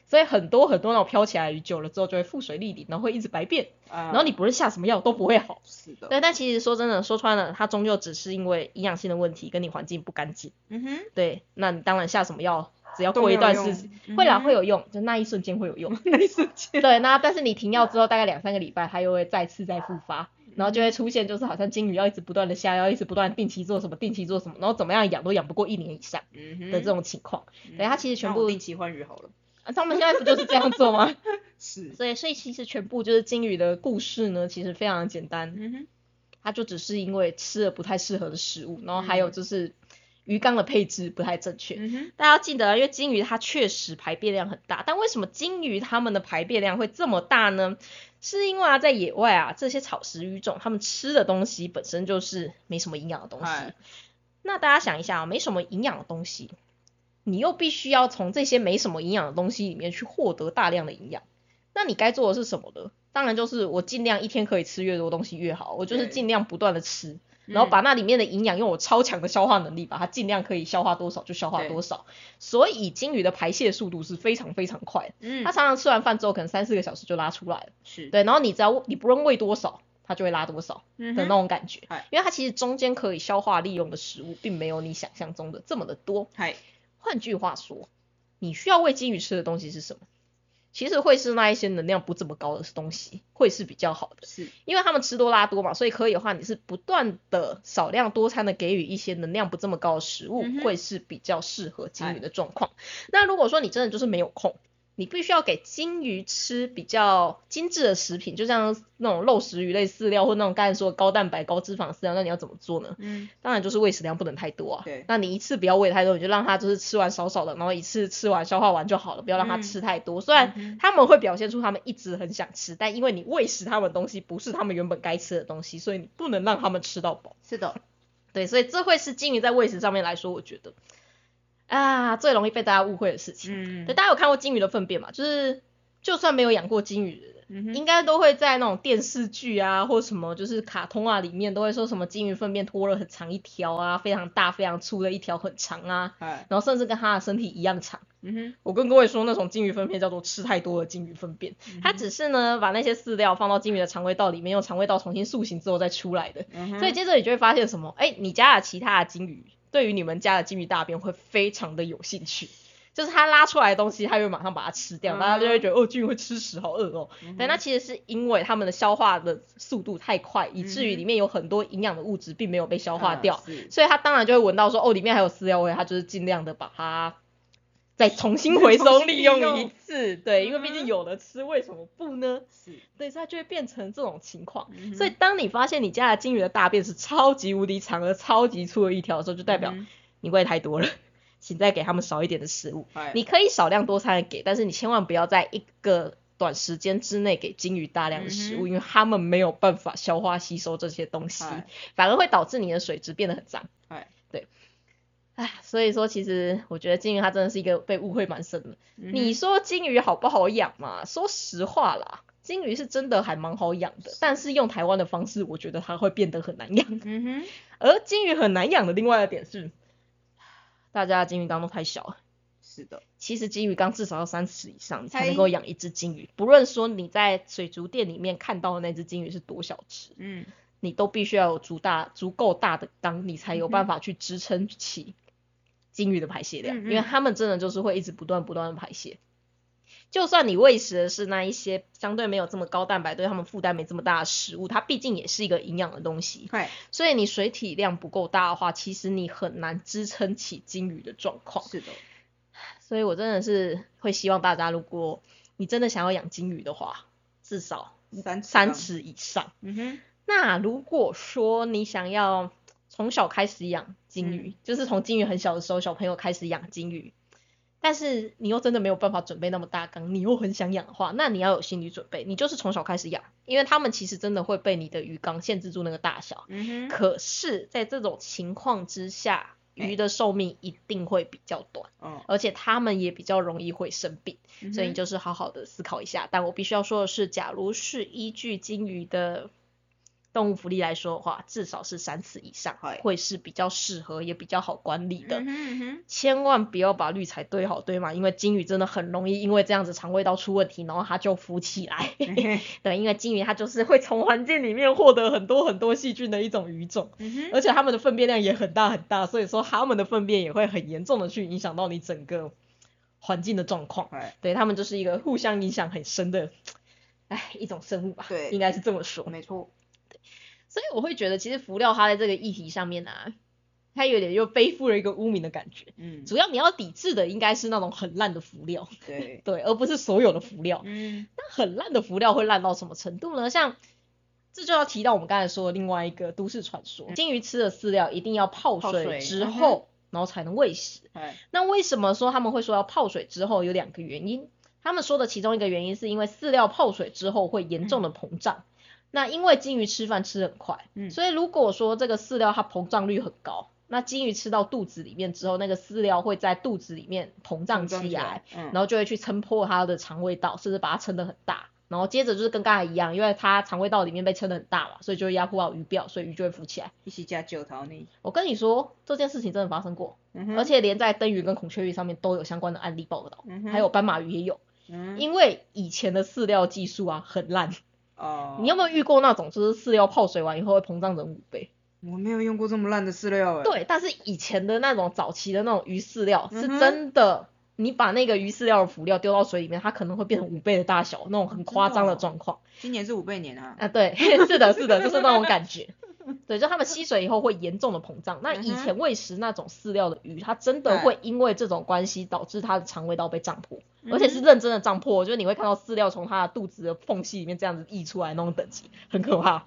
B: 所以很多很多那种飘起来的鱼久了之后就会腹水逆鳞，然后会一直白变，
A: 哼，啊
B: 然后你不论下什么药都不会好。
A: 是的，
B: 对，但其实说真的，说穿了，它终究只是因为营养性的问题跟你环境不干净。
A: 嗯哼，
B: 对，那你当然下什么药，只要
A: 都
B: 过
A: 没
B: 一
A: 有
B: 段
A: 用
B: 时间，
A: 嗯
B: 会啦
A: 哼
B: 会有用，就那一瞬间会有用。
A: 那是间，
B: 对，那但是你停药之后，大概两三个礼拜，它又会再次再复发，然后就会出现就是好像金鱼要一直不断的下药，一直不断地定期做什么，定期做什么，然后怎么样养都养不过一年以上
A: 嗯哼嗯
B: 的这，种情况。对它其实全
A: 那我
B: 部
A: 定期换鱼好了，
B: 啊，他们现在不就是这样做吗？ [laughs]
A: 是，
B: 所以，所以其实全部就是金鱼的故事呢，其实非常的简单，
A: 嗯哼，
B: 它就只是因为吃了不太适合的食物，然后还有就是鱼缸的配置不太正确。
A: 嗯哼，
B: 大家要记得，啊因为金鱼它确实排便量很大，但为什么金鱼它们的排便量会这么大呢？是因为啊，在野外啊，这些草食鱼种，它们吃的东西本身就是没什么营养的东西
A: 哎。
B: 那大家想一下啊，没什么营养的东西，你又必须要从这些没什么营养的东西里面去获得大量的营养，那你该做的是什么呢？当然就是我尽量一天可以吃越多东西越好，我就是
A: 对
B: 尽量不断的吃。然
A: 嗯
B: 后把那里面的营养用我超强的消化能力，把它尽量可以消化多少就消化多少。所以金鱼的排泄速度是非常非常快的，
A: 嗯
B: 它常常吃完饭之后可能三四个小时就拉出来了。
A: 是
B: 对，然后你只要你不论喂多少，它就会拉多少
A: 嗯
B: 的
A: 哼
B: 那种感觉，
A: 嗨
B: 因为它其实中间可以消化利用的食物并没有你想象中的这么的多。
A: 嗨
B: 换句话说，你需要喂金鱼吃的东西是什么？其实会是那一些能量不这么高的东西，会是比较好的。
A: 是
B: 因为他们吃多拉多嘛，所以可以的话，你是不断的少量多餐的给予一些能量不这么高的食物，
A: 嗯哼哎
B: 会是比较适合金鱼的状况。那如果说你真的就是没有空，你必须要给金鱼吃比较精致的食品，就像那种肉食鱼类饲料或那种刚才说的高蛋白、高脂肪饲料，那你要怎么做呢？
A: 嗯
B: 当然就是喂食量不能太多啊。
A: 对
B: 那你一次不要喂太多，你就让它就是吃完少少的，然后一次吃完消化完就好了，不要让它
A: 嗯
B: 吃太多。虽然
A: 嗯哼
B: 他们会表现出他们一直很想吃，但因为你喂食他们的东西不是他们原本该吃的东西，所以你不能让他们吃到饱。
A: 是的，
B: 对，所以这会是金鱼在喂食上面来说，我觉得啊最容易被大家误会的事情。
A: 嗯
B: 对，大家有看过金鱼的粪便嘛？就是就算没有养过金鱼的人，
A: 嗯哼
B: 应该都会在那种电视剧啊，或什么就是卡通啊里面都会说什么金鱼粪便拖了很长一条啊，非常大、非常粗的一条很长啊，
A: 哎
B: 然后甚至跟它的身体一样长。
A: 嗯哼
B: 我跟各位说，那种金鱼粪便叫做吃太多的金鱼粪便，
A: 嗯
B: 它只是呢把那些饲料放到金鱼的肠胃道里面，用肠胃道重新塑形之后再出来的。
A: 嗯哼
B: 所以接着你就会发现什么？哎、你家的其他的金鱼对于你们家的金鱼大便会非常的有兴趣，就是它拉出来的东西，它会马上把它吃掉，
A: 嗯
B: 大家就会觉得哦，金鱼会吃屎，好饿哦。
A: 嗯哼
B: 对，那其实是因为它们的消化的速度太快，以至于
A: 嗯哼
B: 里面有很多营养的物质并没有被消化
A: 嗯
B: 掉，
A: 是
B: 所以它当然就会闻到说哦，里面还有饲料味，它就是尽量的把它。再重新回收利 [laughs] 用一次，对，因为毕
A: 嗯
B: 竟
A: 哼
B: 有的吃，为什么不呢？
A: 是
B: 对，所以它就会变成这种情况。
A: 嗯哼
B: 所以当你发现你家的金鱼的大便是超级无敌长而超级粗的一条的时候，就代表
A: 嗯
B: 你喂太多了，请再给它们少一点的食物。
A: 哎
B: 你可以少量多餐的给，但是你千万不要在一个短时间之内给金鱼大量的食
A: 嗯
B: 物，
A: 哼
B: 因为它们没有办法消化吸收这些东西，
A: 哎
B: 反而会导致你的水质变得很脏。
A: 哎
B: 唉，所以说其实我觉得金鱼它真的是一个被误会蛮深的。
A: 嗯
B: 你
A: 哼
B: 说金鱼好不好养嘛？说实话啦，金鱼是真的还蛮好养的，但是用台湾的方式，我觉得它会变得很难养。
A: 嗯哼
B: 而金鱼很难养的另外一个点是，大家的金鱼缸都太小了。
A: 是的，
B: 其实金鱼缸至少要三尺以上，你才
A: 哎
B: 能够养一只金鱼。不论说你在水族店里面看到的那只金鱼是多小只，
A: 嗯
B: 你都必须要有足大、足够大的缸，你才有
A: 嗯哼
B: 办法去支撑起金鱼的排泄量，
A: 嗯嗯
B: 因为它们真的就是会一直不断不断的排泄。就算你喂食的是那一些相对没有这么高蛋白、对它们负担没这么大的食物，它毕竟也是一个营养的东西，
A: 嗨
B: 所以你水体量不够大的话，其实你很难支撑起金鱼的状况。
A: 是的，
B: 所以我真的是会希望大家，如果你真的想要养金鱼的话，至少
A: 三
B: 三
A: 缸，
B: 尺以上。
A: 嗯哼
B: 那如果说你想要从小开始养金鱼，就是从金鱼很小的时候，小朋友开始养金鱼，但是你又真的没有办法准备那么大缸，你又很想养的话，那你要有心理准备，你就是从小开始养，因为他们其实真的会被你的鱼缸限制住那个大小。
A: 嗯哼
B: 可是，在这种情况之下，鱼的寿命一定会比较短。
A: 哦，
B: 而且他们也比较容易会生病，
A: 嗯
B: 所以
A: 哼
B: 你就是好好的思考一下。但我必须要说的是，假如是依据金鱼的动物福利来说的话，至少是三次以上
A: 嗨
B: 会是比较适合也比较好管理的。
A: 嗯哼嗯哼
B: 千万不要把滤材堆好堆满，因为金鱼真的很容易因为这样子肠胃道出问题，然后它就浮起来。 [laughs]
A: 嗯哼
B: 对，因为金鱼它就是会从环境里面获得很多很多细菌的一种鱼种。
A: 嗯哼
B: 而且它们的粪便量也很大很大，所以说它们的粪便也会很严重的去影响到你整个环境的状况。
A: 哎
B: 对，它们就是一个互相影响很深的，哎，一种生物吧，
A: 对
B: 应该是这么说。
A: 没错，
B: 所以我会觉得，其实福料它在这个议题上面啊，它有点又背负了一个污名的感觉。
A: 嗯
B: 主要你要抵制的应该是那种很烂的福料，
A: 对，
B: 对，而不是所有的福料。
A: 嗯
B: 那很烂的辅料会烂到什么程度呢？像这就要提到我们刚才说的另外一个都市传说，金鱼吃的饲料一定要泡
A: 泡水嗯
B: 水之后然后才能喂食。
A: 哎，
B: 那为什么说他们会说要泡水之后有两个原因？他们说的其中一个原因是因为饲料泡水之后会严重的膨胀。那因为金鱼吃饭吃很快，
A: 嗯
B: 所以如果说这个饲料它膨胀率很高，那金鱼吃到肚子里面之后，那个饲料会在肚子里面膨
A: 膨
B: 胀
A: 胀
B: 起
A: 起
B: 来
A: 来，嗯
B: 然后就会去撑破它的肠胃道，甚至把它撑得很大。然后接着就是跟刚才一样，因为它肠胃道里面被撑得很大嘛，所以就会压迫到鱼鳔，所以鱼就会浮起来。
A: 一起加九桃泥，
B: 我跟你说，这件事情真的发生过。
A: 嗯哼
B: 而，且连在灯鱼跟孔雀鱼上面都有相关的案例报道，
A: 嗯哼
B: 还有斑马鱼也有，
A: 嗯，
B: 因为以前的饲料技术啊很烂。
A: 哦，
B: 你有没有遇过那种就是饲料泡水完以后会膨胀成五倍？
A: 我没有用过这么烂的饲料哎，，
B: 对，但是以前的那种早期的那种鱼饲料是
A: 嗯哼
B: 真的，你把那个鱼饲料的辅料丢到水里面，它可能会变成五倍的大小，那种很夸张的
A: 哦
B: 状况。
A: 今年是五倍年啊，
B: [laughs] 啊，对，是的，是的，就是那种感觉。 [laughs] 对，就它们吸水以后会严重的膨胀。那以
A: 嗯哼
B: 前喂食那种饲料的鱼，它真的会因为这种关系导致它的肠胃道被胀破，而且是认真的胀破，就是你会看到饲料从它的肚子的缝隙里面这样子溢出来那种等级，很可怕。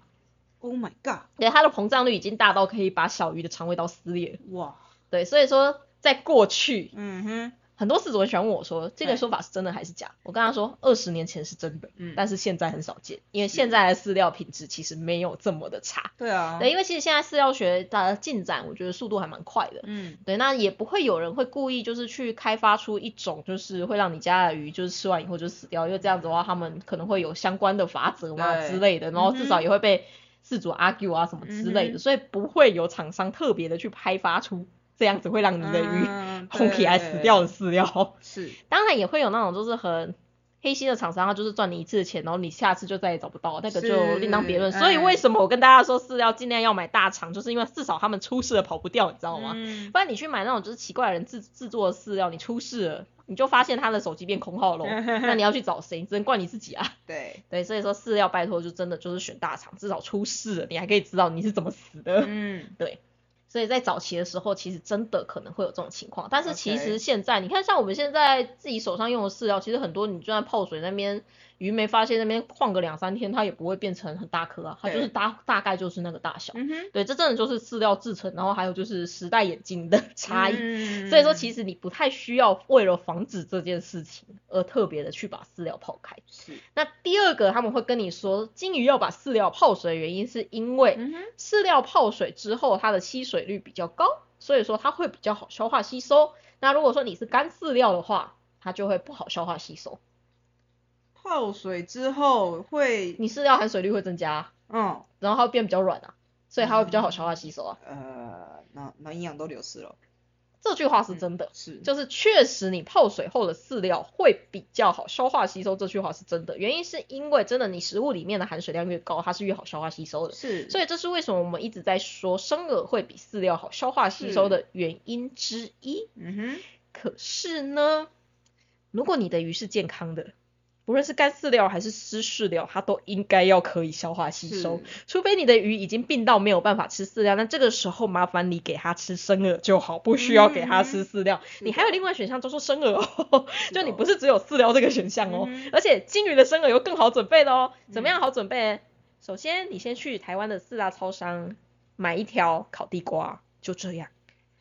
A: Oh my god，
B: 对，它的膨胀率已经大到可以把小鱼的肠胃道撕裂了。
A: 哇，
B: 对，所以说在过去，
A: 嗯哼，
B: 很多饲主很喜欢问我说，这个
A: 嗯
B: 说法是真的还是假？我跟他说，二十年前是真的，
A: 嗯，
B: 但是现在很少见，因为现在的饲料品质其实没有这么的差。
A: 对啊，
B: 对，因为其实现在饲料学的进展，我觉得速度还蛮快的。
A: 嗯，
B: 对，那也不会有人会故意就是去开发出一种就是会让你家的鱼就是吃完以后就死掉，因为这样子的话，他们可能会有相关的法则嘛
A: 对嗯
B: 之类的，然后至少也会被饲主 argue 啊什么之类的，所以不会有厂商特别的去开发出这样子会让你的鱼
A: 嗯
B: [laughs] 碰起来死掉的，饲料。
A: 对是，
B: 当然也会有那种就是很黑心的厂商，他就是赚你一次的钱，然后你下次就再也找不到，那个就是另当别论。所以
A: 哎
B: 为什么我跟大家说饲料尽量要买大厂，就是因为至少他们出事了跑不掉，你知道吗？
A: 嗯
B: 不然你去买那种就是奇怪的人制制作的饲料，你出事了，你就发现他的手机变空号喽，
A: 嗯
B: 那你要去找谁？你只能怪你自己啊。
A: 对，
B: 对，所以说饲料拜托就真的就是选大厂，至少出事了你还可以知道你是怎么死的。
A: 嗯，
B: 所以在早期的时候，其实真的可能会有这种情况，但是其
A: OK
B: 实现在你看，像我们现在自己手上用的饲料，其实很多你就算泡水那边鱼没发现那边晃个两三天，它也不会变成很大颗啊，它就是
A: 对
B: 大大概就是那个大小。
A: 嗯哼，
B: 对，这真的就是饲料制成，然后还有就是时代眼镜的 [laughs] 差异。
A: 异
B: 所以说，其
A: 实
B: 实你不太需要为了防止这件事情而特别的去把饲料泡开。
A: 是，
B: 那第二个，他们会跟你说，金鱼要把饲料泡水的原因，是因为
A: 嗯哼，
B: 饲料泡水之后，它的吸水率比较高，所以说它会比较好消化吸收。那如果说你是干饲料的话，它就会不好消化吸收，
A: 泡水之后会，
B: 你饲料含水率会增加，
A: 嗯，
B: 然后它会变比较软啊，所以它会比较好消化吸收啊。
A: 呃，那那营养都流失了，
B: 这句话是真的。
A: 是，
B: 就是确实你泡水后的饲料会比较好消化吸收，这句话是真的。原因是因为真的你食物里面的含水量越高，它是越好消化吸收的。
A: 是，
B: 所以这是为什么我们一直在说生饵会比饲料好消化吸收的原因之一。
A: 嗯哼，
B: 可是呢，如果你的鱼是健康的，不论是干饲料还是湿饲料，它都应该要可以消化吸收。
A: 是，
B: 除非你的鱼已经病到没有办法吃饲料，那这个时候麻烦你给它吃生饵就好，不需要给它吃饲料。
A: 嗯
B: 你还有另外选项叫做生饵哦，
A: 是
B: [laughs] 就你
A: 的
B: 不是只有饲料这个选项哦，
A: 嗯哼
B: 而且金鱼的生饵又更好准备的哦。怎么
A: 嗯
B: 样好准备？首先，你先去台湾的四大超商买一条烤地瓜，就这样。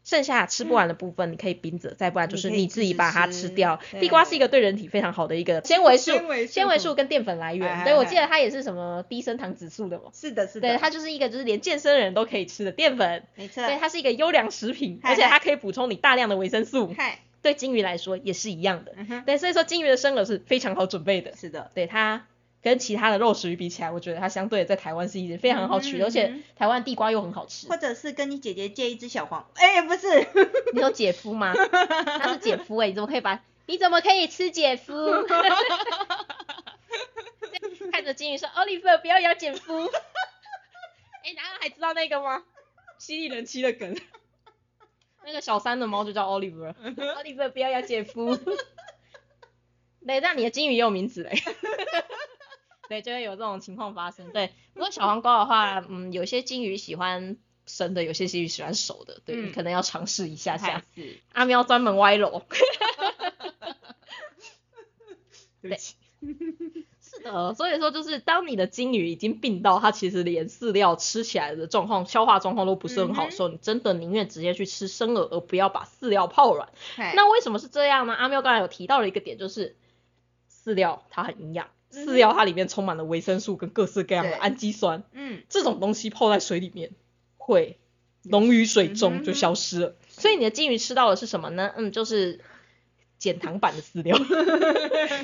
B: 剩下吃不完的部分，你可以冰着，再不然就
A: 嗯你
B: 是
A: 可以
B: 你自己
A: 自
B: 把它
A: 吃
B: 吃掉。
A: 对
B: 地瓜是一个对人体非常好的一个纤维素
A: 纤维，素
B: 纤维素跟淀粉来
A: 哎
B: 源。
A: 哎
B: 对，我
A: 哎
B: 记得它也是什么低升糖指数的嘛。
A: 是的，是的，
B: 对，它就是一个就是连健身的人都可以吃的淀粉，
A: 没错，
B: 所以它是一个优良食品，
A: 嗨
B: 而且它可以补充你大量的维生素。
A: 嗨，
B: 对金鱼来说也是一样的，
A: 嗯哼，
B: 对，所以说金鱼的生饵是非常好准备的。
A: 是的，
B: 对它跟其他的肉食鱼比起来，我觉得它相对在台湾是一件非常好取
A: 嗯
B: 的，而且台湾地瓜又很好吃
A: 或。者是跟你姐姐借一只小黄，哎，不是，
B: [laughs] 你有姐夫吗？他是姐夫哎、你怎么可以把？你怎么可以吃姐夫？ [laughs] 看着金鱼说：“奥利弗，不要咬姐夫。 [laughs] 哎、大家还知道那个吗？犀利人妻的梗。嗯那个小三的猫就叫奥利弗，奥利弗不要咬姐夫。对，那你的金鱼也有名字嘞。欸 [laughs] 对，就会有这种情况发生。对，不过小黄瓜的话，嗯，有些金鱼喜欢生的，有些金鱼喜欢熟的，对，
A: 嗯
B: 你可能要尝试一下下
A: 嗨。是，
B: 阿喵专门歪楼。
A: 对不起，
B: 是的，所以说就是当你的金鱼已经病到它其实连饲料吃起来的状况、消化状况都不是很好
A: 嗯
B: 的时候，你真的宁愿直接去吃生饵，而不要把饲料泡软。
A: 嘿
B: 那为什么是这样呢？阿喵刚才有提到了一个点，就是饲料它很营养，
A: 嗯
B: 饲料它里面充满了维生素跟各式各样的
A: 对
B: 氨基酸，
A: 嗯，
B: 这种东西泡在水里面会溶于水
A: 嗯
B: 中
A: 哼
B: 就消失了。所以你的金鱼吃到的是什么呢？嗯，就是减糖版的 [laughs] 饲料，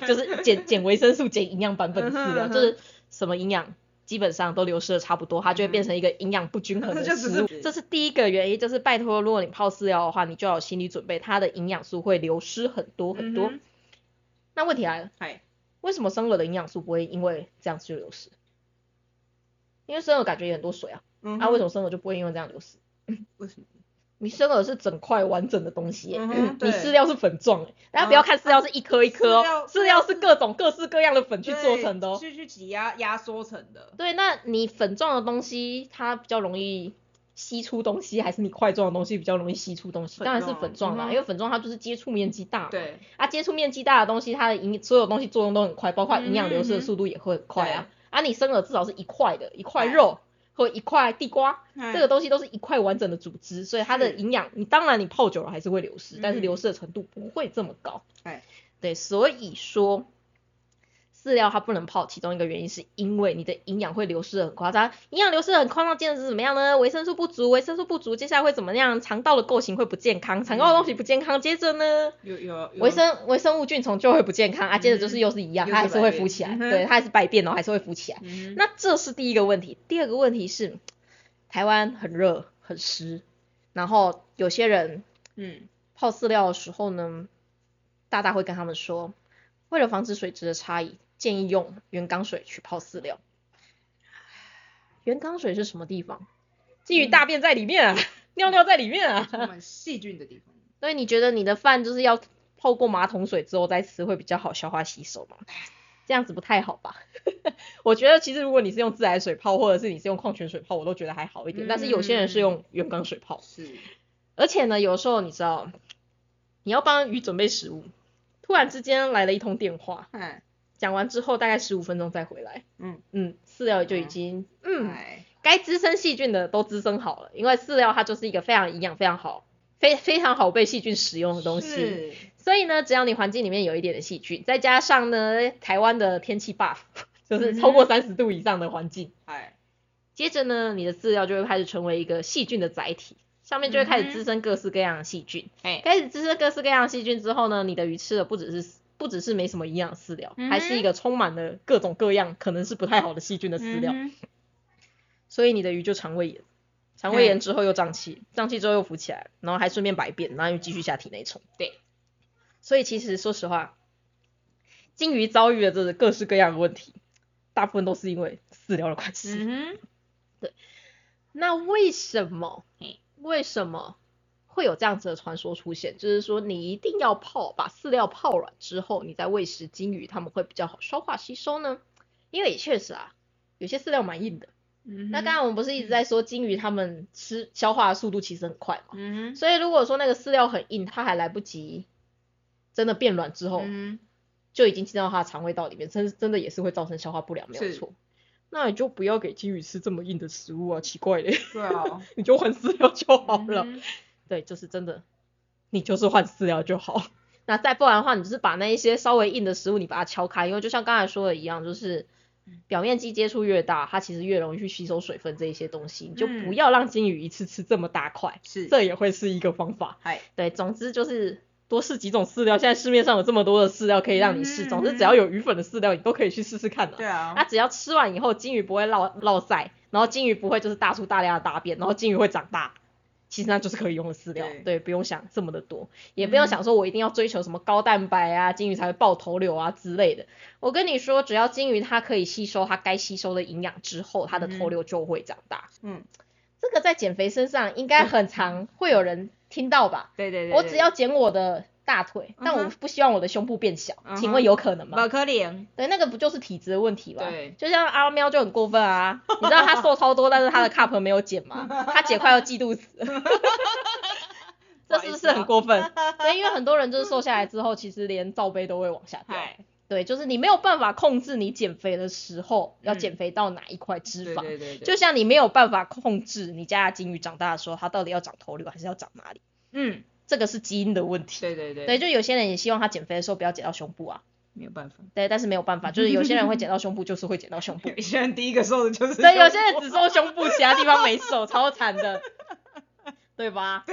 B: 就是减减维生素、减营养版本的饲料，
A: 嗯哼嗯哼
B: 就是什么营养。基本上都流失的差不多，它就会变成一个营养不均 [laughs] 衡的
A: 就只
B: 食
A: 是
B: 物。这是第一个原因，就是拜托，如果你泡饲料的话，你就要有心理准备，它的营养素会流失很多很多。
A: 嗯
B: 那问题来了，
A: 嗨，
B: 为什么生饵的营养素不会因为这样子就流失？因为生饵感觉也很多水啊，
A: 嗯
B: 啊，为什
A: 么？
B: 么生饵就不会因为这样流失？
A: 为什么？
B: 你生饵是整块完整的东西耶、
A: 嗯哼
B: [clears throat] 你
A: 对嗯啊
B: 饲料是粉状、欸，大家不要看饲料是一颗一颗哦，
A: 饲
B: 饲
A: 料
B: 料是各种各式各样的粉去做成的哦。
A: 去去挤压压缩成的。
B: 对，那你粉状的东西它比较容易吸出东西，还是你块状的东西比较容易吸出东西？
A: 粉
B: 当然是
A: 状
B: 粉状啦，
A: 嗯哼
B: 因为粉状它就是接触面积大嘛。
A: 对，
B: 啊，接触面积大的东西，它的营所有东西作用都很快，包
A: 嗯
B: 括营养流失的速度也会很快啊。啊，你生饵至少是一块的，一块
A: 对
B: 肉或一块地瓜，这
A: 这
B: 个东西都是一块完整的组织，所以它的
A: 嗯是
B: 营养，你当然你泡久了还是会流失，但是
A: 嗯
B: 流失的程度不会这么高。
A: 哎
B: 对，所以说饲料它不能泡，其中一个原因是因为你的营养会流失的很夸张，营养流失得很夸张，接着是怎么样呢？维生素不足，维生素不足，接下来会怎么样？肠道的构型会不健康，肠道的东西不健康，接着呢？
A: 有有有
B: 微生微生物菌虫就会不健康啊，接着就是
A: 嗯
B: 又是一样，
A: 又
B: 它还
A: 是
B: 是
A: 百
B: 会
A: 变
B: 浮起来，
A: 嗯哼
B: 对，它还是百变哦，还是会浮起来。
A: 嗯
B: 那这是第一个问题。第二个问题是，台湾很热很湿，然后有些人
A: 嗯
B: 泡饲料的时候呢，大大会跟他们说，为了防止水质的差异，建议用原缸水去泡饲料。原缸水是什么地方？基于大便在里面啊，尿尿在里
A: [laughs]
B: 面啊。
A: 充满细菌的地方，
B: 所以你觉得你的饭就是要泡过马桶水之后再吃会比较好消化吸收吗？ [laughs] 这样子不太好吧？ [laughs] 我觉得其实如果你是用自来水泡，或者是你是用矿泉水泡，我都觉得还好一点。但是有些人是用原缸水泡，
A: [laughs] 是
B: 而且呢，有时候你知道，你要帮鱼准备食物，突然之间来了一通电话，
A: 嗨，
B: 讲完之后大概十五分钟再回来，
A: 哎嗯哎
B: 嗯，饲料就已经嗯
A: 嗨
B: 该滋生细菌的都滋生好了，因为饲料它就是一个非常营养、非常好、非非常好被细菌使用的东西。
A: 是
B: 所以呢，只要你环境里面有一点的细菌，再加上呢台湾的天气 buff，就是 [laughs]
A: 嗯
B: 超过三十度以上的环境，
A: 嗨，
B: 接着呢，你的饲料就会开始成为一个细菌的载体，上面就会
A: 嗯
B: 开始
A: 哼
B: 滋生各式各样的细菌。
A: 哎
B: 开始滋生各式各样的细菌之后呢，你的鱼吃的不只是不只是没什么营养的饲料，
A: 嗯哼
B: 还是一个充满了各种各样可能是不太好的细菌的饲料。
A: 嗯哼
B: 所以你的鱼就肠胃炎，肠
A: 嗯
B: 胃炎之后又胀气，胀气之后又浮起来，然后还顺便百变，然后又继续下体内冲。
A: 对，
B: 所以其实说实话，金鱼遭遇的这各式各样的问题，大部分都是因为饲料的关系。
A: 嗯哼，
B: 那为什么
A: 嘿？
B: 为什么会有这样子的传说出现？就是说你一定要泡，把饲料泡软之后，你再喂食金鱼，它们会比较好消化吸收呢？因为也确实啊，有些饲料蛮硬的。
A: 嗯
B: 那
A: 哼
B: 刚刚我们不是一直在说金鱼它们吃消化的速度其实很快嘛，
A: 嗯哼
B: 所以如果说那个饲料很硬，它还来不及真的变软之后，
A: 嗯哼
B: 就已经进到它的肠胃道里面，真真的也是会造成消化不良，没有
A: 是
B: 错。那你就不要给金鱼吃这么硬的食物啊，奇怪嘞， [laughs]
A: 对啊，
B: 你就换饲料就好了。
A: 嗯哼
B: 对，就是真的，你就是换饲料就好。 [laughs] 那再不然的话，你就是把那一些稍微硬的食物，你把它敲开，因为就像刚才说的一样，就是表面积接触越大，它其实越容易去吸收水分这一些东西，你就不
A: 嗯
B: 要让金鱼一次吃这么大块，
A: 是
B: 这也会是一个方法。
A: 嗨，
B: 对，总之就是多试几种饲料，现在市面上有这么多的饲料可以让你试，总之只要有鱼粉的饲料，你都可以去试试看的、
A: 对啊
B: 它，只要吃完以后，金鱼不会落落晒，然后金鱼不会就是大出大量的大便，然后金鱼会长大。其实那就是可以用的饲料，
A: 对嗯
B: 不用想这么的多，也不用想说我一定要追求什么高蛋白啊，金鱼才会爆头瘤啊之类的。我跟你说，只要金鱼它可以吸收它该吸收的营养之后，它的
A: 嗯
B: 头瘤就会长大。
A: 嗯，
B: 这个在减肥身上应该很常会有人听到吧？
A: 对嗯对对，
B: 我
A: 对
B: 只要减我的大腿，但我
A: 嗯哼
B: 不希望我的胸部变小，
A: 嗯哼
B: 请问有可能吗？
A: 不可能，
B: 对，那个不就是体质的问题吗？
A: 对
B: 就像阿喵就很过分啊，你知道他瘦超多， [laughs] 但是他的 cup 没有减嘛，他姐快要嫉妒死
A: [laughs]
B: 了，
A: 啊
B: 这是不是很过分？对，因为很多人就是瘦下来之后，其实连罩杯都会往下掉，
A: 嗨，
B: 对，就是你没有办法控制你减肥的时候要
A: 嗯
B: 减肥到哪一块脂
A: 对
B: 肪，
A: 对对对，
B: 就像你没有办法控制你家的金鱼长大的时候，它到底要长头瘤还是要长哪里，
A: 嗯，
B: 这个是基因的问题。
A: 对对对，
B: 对，就有些人也希望他减肥的时候不要减到胸部啊，
A: 没有办法。
B: 对，但是没有办法，就是有些人会减到胸部，就是会减到胸部，
A: 有些人第一个瘦的 [laughs] 就是啊
B: 对，有
A: 胸
B: 些人
A: 部
B: 只瘦胸部，其他地方没瘦，超惨的，对吧？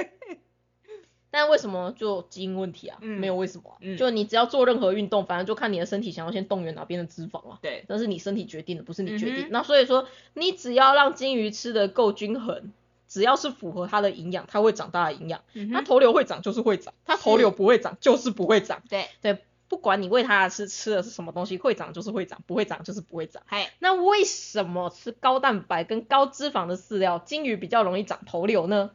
B: 但为什么就基因问题啊？
A: 嗯
B: 没有为什么啊、
A: 嗯
B: 就你只要做任何运动，反正就看你的身体想要先动员哪边的脂肪
A: [laughs]
B: 啊。
A: 对，
B: 那是你身体决定的，不是你决定。
A: 嗯哼
B: 那所以说，你只要让金鱼吃的够均衡，只要是符合它的营养，它会长大的营养。
A: 嗯
B: 它
A: 哼，
B: 头瘤会长就是会长，它头瘤不会长就是不会长。
A: 对，
B: 对，不管你喂它吃吃的是什么东西，会长就是会长，不会长就是不会长。
A: 嗨，
B: 那为什么吃高蛋白跟高脂肪的饲料，金鱼比较容易长头瘤呢？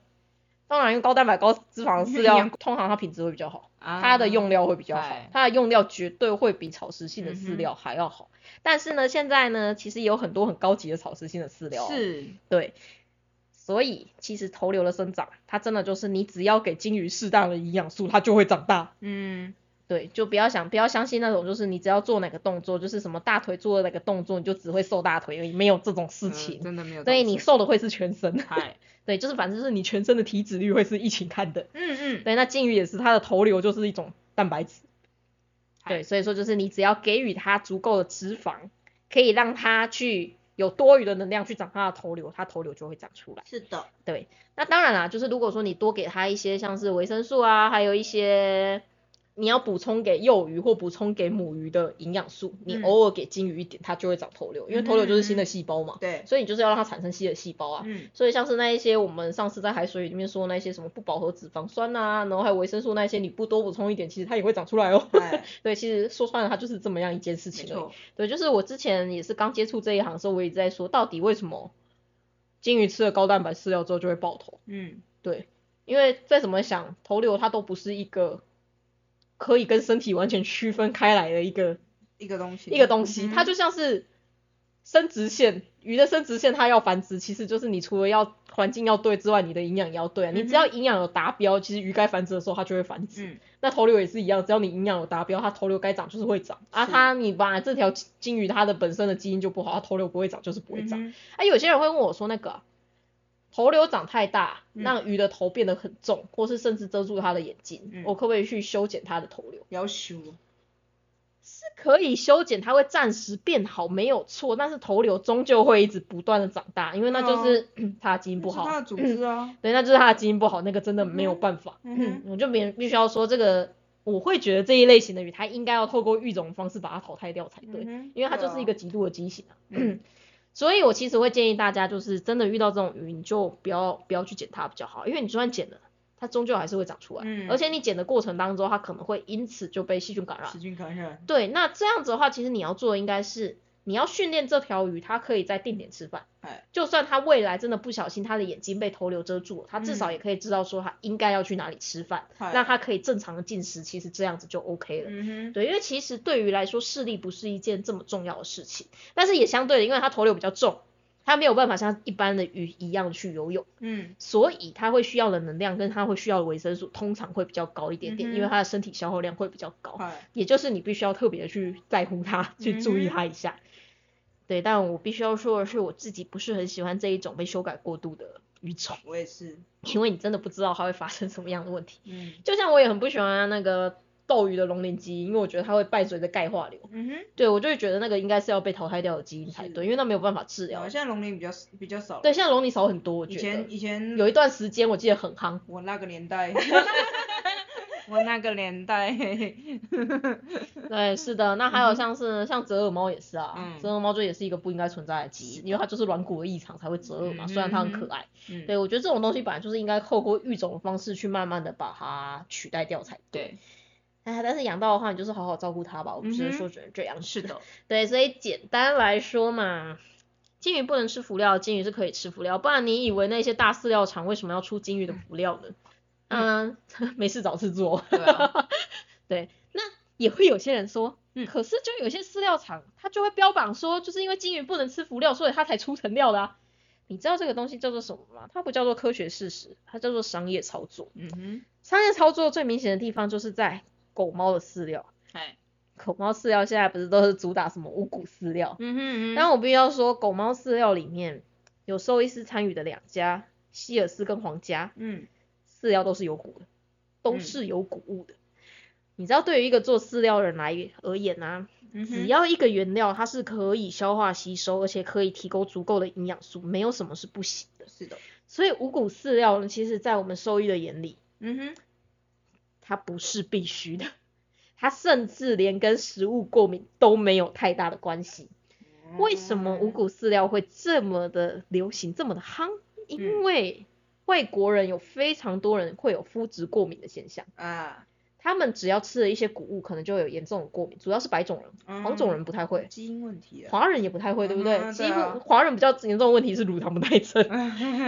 B: 当然，用高蛋白、高脂肪的饲
A: 营
B: 料
A: 养，
B: 通常它品质会比较好，
A: 它
B: 它的用料会比较好
A: 对，嗯
B: 它的用料绝对会比草食性的饲料还要好。但是呢，现在呢，其实也有很多很高级的草食性的饲料哦，
A: 是，
B: 对。所以，其实头瘤的生长，它真的就是你只要给金鱼适当的营养素，它就会长大。
A: 嗯，
B: 对，就不要想，不要相信那种，就是你只要做哪个动作，就是什么大腿做了哪个动作，你就只会瘦大腿而已，没有这种事
A: 嗯
B: 情。
A: 真的没有这种事，
B: 对，你瘦的会是全身。
A: 嗨， [laughs]
B: 对，就是反正是你全身的体脂率会是一起看的。
A: 嗯嗯，
B: 对，那金鱼也是，它的头瘤就是一种蛋白质。
A: 嗨
B: 对，所以说就是你只要给予它足够的脂肪，可以让它去有多余的能量去长它的头瘤，它头瘤就会长出来。
A: 是的，
B: 对，那当然啦，就是如果说你多给它一些像是维生素啊，还有一些你要补充给幼鱼或补充给母鱼的营养素，你
A: 嗯
B: 偶尔给金鱼一点，它就会长头瘤，因为头瘤就是新的细胞嘛，
A: 对，
B: 所以你就是要让它产生新的细胞啊。
A: 嗯，
B: 所以像是那一些我们上次在海水里面说那一些什么不饱和脂肪酸啊，然后还有维生素那一些，你不多补充一点，其实它也会长出来哦。 [laughs]
A: 嗨，
B: 对，其实说穿了它就是这么样一件事
A: 没
B: 情而已。
A: 错，
B: 对，就是我之前也是刚接触这一行的时候，我也在说，到底为什么金鱼吃了高蛋白饲料之后就会爆头？
A: 嗯，
B: 对，因为再怎么想，头瘤它都不是一个可以跟身体完全区分开来的一个
A: 一个东西，
B: 一个东西，
A: 嗯
B: 它就像是生殖线，鱼的生殖线它要繁殖，其实就是你除了要环境要对之外，你的营养也要对啊、你只要营养有达标，其实鱼该繁殖的时候它就会繁殖。
A: 嗯，
B: 那头瘤也是一样，只要你营养有达标，它头瘤该长就是会长啊。
A: 是
B: 它你本来这条金鱼它的本身的基因就不好，它头瘤不会长就是不会长。
A: 嗯哼
B: 啊，有些人会问我说那个啊头瘤长太大，
A: 嗯
B: 让鱼的头变得很重，或是甚至遮住它的眼睛，
A: 嗯
B: 我可不可以去修剪它的头瘤？
A: 要修，
B: 是可以修剪，它会暂时变好，没有错。但是头瘤终究会一直不断的长大，因为那就是、
A: 哦
B: [clears throat] 它的基因不
A: 那是它
B: 好
A: 的。组织啊，
B: 对，那就是它的基因不好，那个真的没有
A: 嗯哼
B: 办法。
A: 嗯
B: 我就必必须要说这个，我会觉得这一类型的鱼，它应该要透过育种的方式把它淘汰掉才嗯对，
A: 嗯对
B: 因为它就是一个，极度的畸形啊。
A: 嗯
B: [clears throat] 所以我其实会建议大家，就是真的遇到这种鱼，你就不要不要去剪它比较好，因为你就算剪了，它终究还是会长出来，
A: 嗯
B: 而且你剪的过程当中，它可能会因此就被细菌感
A: 对啊
B: 染
A: 细。菌感染，
B: 对，那这样子的话，其实你要做的应该是，你要训练这条鱼，它可以在定点吃饭
A: 哎。
B: 就算它未来真的不小心，它的眼睛被头瘤遮住了，它至少
A: 嗯哎
B: 也可以知道说它应该要去哪里吃饭，
A: 嗨
B: 让它可以正常的进食。其实这样子就 OK 了。
A: 嗯哼，
B: 对，因为其实对于来说，视力不是一件这么重要的事情，但是也相对的，因为它头瘤比较重，它没有办法像一般的鱼一样去游泳。
A: 嗯，
B: 所以它会需要的能量跟它会需要的维生素通常会比较高一点点，
A: 嗯哼
B: 因为它的身体消耗量会比较高。
A: 嗨，
B: 也就是你必须要特别去在乎它，去注意
A: 嗯
B: 它一下。对，但我必须要说的是，我自己不是很喜欢这一种被修改过度的语种， [laughs]
A: 我也是，
B: 因为你真的不知道它会发生什么样的问题。
A: 嗯
B: 就像我也很不喜欢那个斗鱼的龙鳞基因，因为我觉得它会伴随着钙化瘤。
A: 嗯哼，
B: 对，我就会觉得那个应该是要被淘汰掉的基因才
A: 是
B: 对，因为那没有办法治
A: 然
B: 疗
A: 后。现在龙鳞比较比较少了，
B: 对，现在龙鳞少很多，我
A: 以
B: 觉
A: 前
B: 得
A: 以前
B: 有一段时间我记得很夯。
A: 我那个年
B: [laughs]
A: 代， [laughs] 我那个年代， [laughs]
B: 对，哎是的。那还有像是、像折耳猫也是啊，
A: 嗯
B: 折耳猫就也是一个不应该存在的基
A: 是
B: 因，
A: 的
B: 因为它就是软骨的异常才会折耳嘛。
A: 嗯
B: 虽然它很
A: 嗯
B: 可爱，
A: 嗯，
B: 对我觉得这种东西本来就是应该透过育种的方式去慢慢的把它取代掉才对。
A: 对，
B: 哎，但是养到的话，你就是好好照顾它吧。我不
A: 嗯
B: 是
A: 哼
B: 说只能这样子。
A: 是的，
B: 对，所以简单来说嘛，金鱼不能吃辅料，金鱼是可以吃辅料。不然你以为那些大饲料厂为什么要出金鱼的辅料呢？嗯， [laughs] 没事找事做。
A: 对
B: [laughs]
A: 啊，
B: 也会有些人说，
A: 嗯
B: 可是就有些饲料厂，它就会标榜说，就是因为金鱼不能吃辅料，所以它才出成料的、啊。你知道这个东西叫做什么吗？它不叫做科学事实，它叫做商业操作。
A: 嗯哼，
B: 商业操作最明显的地方就是在狗猫的饲料，
A: 哎，
B: 狗猫饲料现在不是都是主打什么五谷饲料？
A: 嗯哼嗯哼
B: 但我必须要说，狗猫饲料里面有兽医师参与的两家，希尔斯跟皇家
A: 嗯
B: 饲料都是有谷的，都
A: 嗯
B: 是有谷物的。你知道，对于一个做饲料人来而言啊，
A: 嗯
B: 只
A: 哼
B: 要一个原料它是可以消化吸收，而且可以提供足够的营养素，没有什么是不行的。
A: 是的，
B: 所以五谷饲料呢，其实在我们兽医的眼里，
A: 嗯哼，
B: 它不是必须的， [laughs] 它甚至连跟食物过敏都没有太大的关系。
A: 嗯
B: 为什么五谷饲料会这么的流行，这么的夯？
A: 嗯
B: 因为外国人有非常多人会有肤质过敏的现象，
A: 啊？
B: 他们只要吃了一些谷物，可能就会有严重的过敏，主要是白种人，
A: 嗯
B: 黄种人不太会。
A: 基因问题啊。
B: 华人也不太会，对不对？
A: 嗯
B: 几
A: 对啊
B: 乎华人比较严重的问题是乳糖不
A: [laughs]
B: 耐症，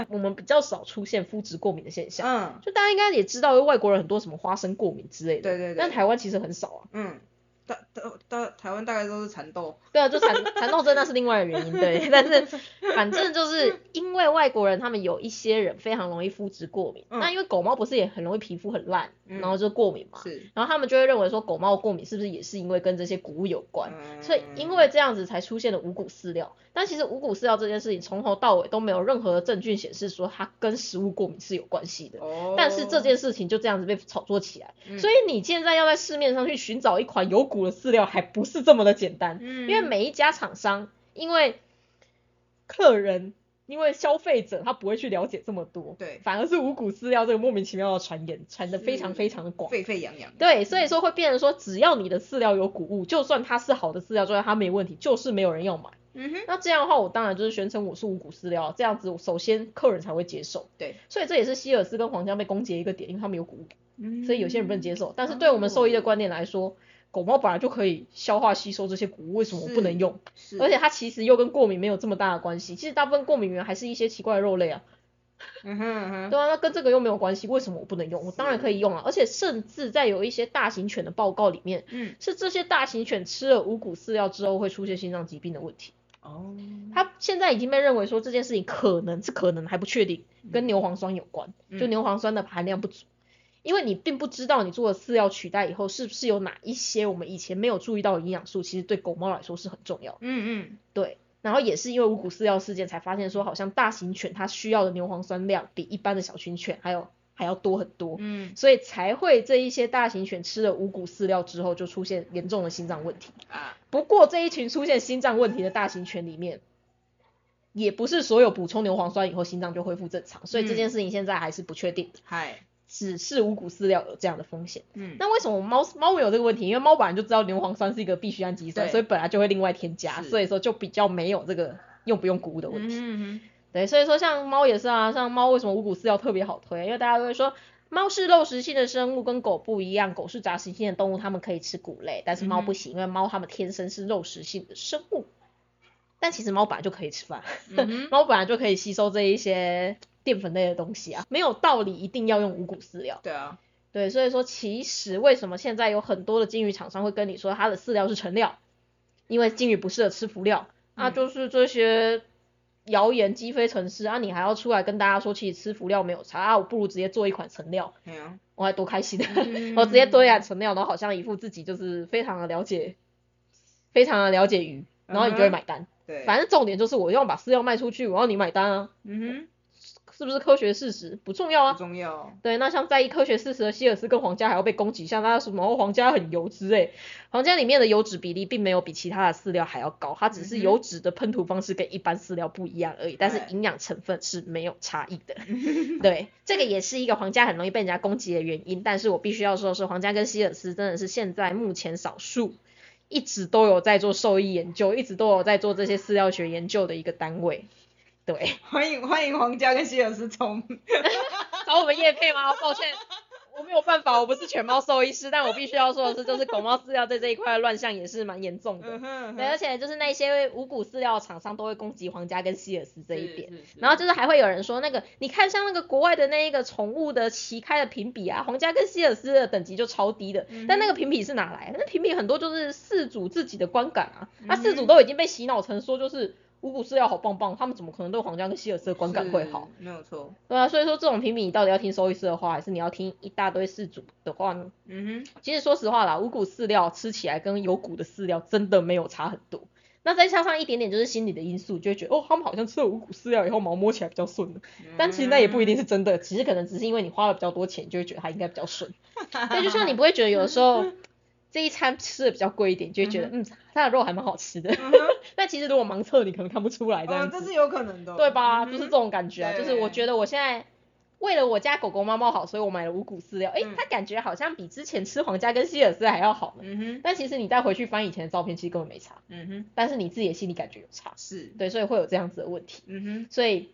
B: 我们比较少出现肤质过敏的现象。
A: 嗯
B: 就大家应该也知道，外国人很多什么花生过敏之类的，
A: 对对对
B: 但台湾其实很少啊。
A: 嗯，大大大台湾大概都是蚕豆。
B: 对啊，就蚕蚕豆症那是另外的原因，
A: [laughs]
B: 对。但是反正就是因为外国人他们有一些人非常容易肤质过敏，
A: 嗯
B: 那因为狗猫不是也很容易皮肤很烂，
A: 嗯
B: 然后就过敏嘛，
A: 是。
B: 然后他们就会认为说狗猫过敏是不是也是因为跟这些谷物有关？
A: 嗯
B: 所以因为这样子才出现了五谷饲料，但其实五谷饲料这件事情从头到尾都没有任何的证据显示说它跟食物过敏是有关系的。
A: 哦，
B: 但是这件事情就这样子被炒作起来，
A: 嗯
B: 所以你现在要在市面上去寻找一款有骨的饲料，还不是这么的简单，
A: 嗯，
B: 因为每一家厂商，因为客人，因为消费者他不会去了解这么多，
A: 对
B: 反而是五谷饲料这个莫名其妙的传言传的非常
A: 是
B: 非常的广。
A: 沸沸扬扬。
B: 对，所以说会变成说，只要你的饲料有谷物，就算它是好的饲料，就算它没问题，就是没有人要买。
A: 嗯哼，
B: 那这样的话，我当然就是宣称我是五谷饲料，这样子我首先客人才会接受。
A: 对，
B: 所以这也是希尔斯跟皇家被攻击的一个点，因为他们有谷物，
A: 嗯
B: 所以有些人不能接受。但是对我们兽医的观念来说，狗猫本来就可以消化吸收这些谷物，为什么我不能用？
A: 是，
B: 而且它其实又跟过敏没有这么大的关系。其实大部分过敏源还是一些奇怪的肉类啊，
A: 嗯哼嗯哼，
B: 对啊，那跟这个又没有关系，为什么我不能用？我当然可以用啊！而且甚至在有一些大型犬的报告里面，
A: 嗯，
B: 是这些大型犬吃了五谷饲料之后会出现心脏疾病的问题。
A: 哦，
B: 它现在已经被认为说这件事情可能是可能还不确定，跟牛磺酸有关，
A: 嗯
B: 就牛磺酸的含量不足。因为你并不知道你做了饲料取代以后，是不是有哪一些我们以前没有注意到的营养素，其实对狗猫来说是很重要的。
A: 嗯嗯，
B: 对，然后也是因为五谷饲料事件才发现说，好像大型犬它需要的牛磺酸量比一般的小型犬还有还要多很多，
A: 嗯
B: 所以才会这一些大型犬吃了五谷饲料之后就出现严重的心脏问题。
A: 啊，
B: 不过这一群出现心脏问题的大型犬里面，也不是所有补充牛磺酸以后心脏就恢复正常，所以
A: 嗯
B: 这件事情现在还是不确定的，
A: 嗨，
B: 只是五谷饲料有这样的风险。
A: 嗯，
B: 那为什么猫猫没有这个问题？因为猫本来就知道牛磺酸是一个必需氨基酸，
A: 对
B: 所以本来就会另外添加，
A: 是
B: 所以说就比较没有这个用不用谷物的问
A: 嗯
B: 题。
A: 嗯嗯，
B: 对，所以说像猫也是啊，像猫为什么五谷饲料特别好推？啊因为大家都会说。猫是肉食性的生物，跟狗不一样。狗是杂食性的动物，它们可以吃谷类，但是猫
A: 嗯
B: 不行，因为猫它们天生是肉食性的生物。但其实猫本来就可以吃饭，
A: 嗯
B: [laughs]
A: 哼
B: 猫本来就可以吸收这一些淀粉类的东西啊，没有道理一定要用五谷饲料。
A: 对啊，
B: 对，所以说其实为什么现在有很多的金鱼厂商会跟你说它的饲料是成料，因为金鱼不适合吃浮料，啊，
A: 嗯
B: 就是这些谣言鸡飞城市啊，你还要出来跟大家说，其实吃浮料没有差啊，我不如直接做一款成料，
A: 没有，
B: 我还多开心
A: 啊嗯
B: [laughs] 我直接啊做一款成料，然后好像一副自己就是非常的了解，非常的了解鱼，然后你就会
A: 嗯哼
B: 买单。
A: 对，
B: 反正重点就是我要把饲料卖出去，我要你买单啊，
A: 嗯
B: 是不是科学事实不重要啊
A: 哼，不？重要，
B: 对，那像在意科学事实的希尔斯跟皇家还要被攻击，像他什么皇家很油脂诶，皇家里面的油脂比例并没有比其他的饲料还要高，它只是
A: 嗯哼
B: 油脂的喷涂方式跟一般饲料不一样而已，但是
A: 对
B: 营养成分是没有差异
A: [laughs]
B: 的。对，这个也是一个皇家很容易被人家攻击的原因，但是我必须要说的是，皇家跟希尔斯真的是现在目前少数。一直都有在做兽医研究，一直都有在做这些饲料学研究的一个单位，对。
A: 欢迎欢迎皇家跟希尔斯从，
B: 找我们叶配吗？哦抱歉，我没有办法，我不是犬猫兽医师，但我必须要说的是，就是狗猫饲料在这一块的乱象也是蛮严重
A: 嗯
B: 的。
A: 哼，
B: 对，而且就是那些五谷饲料厂商都会攻击皇家跟希尔斯这一点。
A: 是，是
B: 然后就是还会有人说那个，你看像那个国外的那一个宠物的旗开的评比啊，皇家跟希尔斯的等级就超低的，
A: 嗯哼
B: 但那个评比是哪来的？那评比很多就是饲主自己的观感啊，那、
A: 嗯哼
B: 饲主都已经被洗脑成说就是五谷饲料好棒棒，他们怎么可能对皇家跟希尔斯的观感会好？
A: 是，没有错。
B: 对啊，所以说这种评比，你到底要听兽医师的话，还是你要听一大堆饲主的话呢？
A: 嗯哼，
B: 其实说实话啦，五谷饲料吃起来跟有谷的饲料真的没有差很多。那再加上一点点就是心理的因素，就会觉得哦，他们好像吃了五谷饲料以后毛摸起来比较顺了， [laughs] 但其实那也不一定是真的，只是可能只是因为你花了比较多钱，你就会觉得它应该比较
A: [laughs]
B: 顺。对，就像你不会觉得有的时候这一餐吃的比较贵一点，就会觉得嗯，它的肉还蛮好吃的。 [laughs]
A: 嗯哼。
B: 但其实如果盲测，你可能看不出来这
A: 哦
B: 样，
A: 这
B: 子，
A: 是有可能的，
B: 对吧？
A: 嗯
B: 就是这种感觉啊，就是我
A: 对
B: 觉得我现在。为了我家狗狗、猫猫好，所以我买了五谷饲料。诶，
A: 嗯
B: 它感觉好像比之前吃皇家跟希尔斯还要好呢。
A: 嗯哼，
B: 但其实你再回去翻以前的照片，其实根本没差。
A: 嗯哼，
B: 但是你自己的心理感觉有差，
A: 是，
B: 对，所以会有这样子的问题。
A: 嗯哼，
B: 所以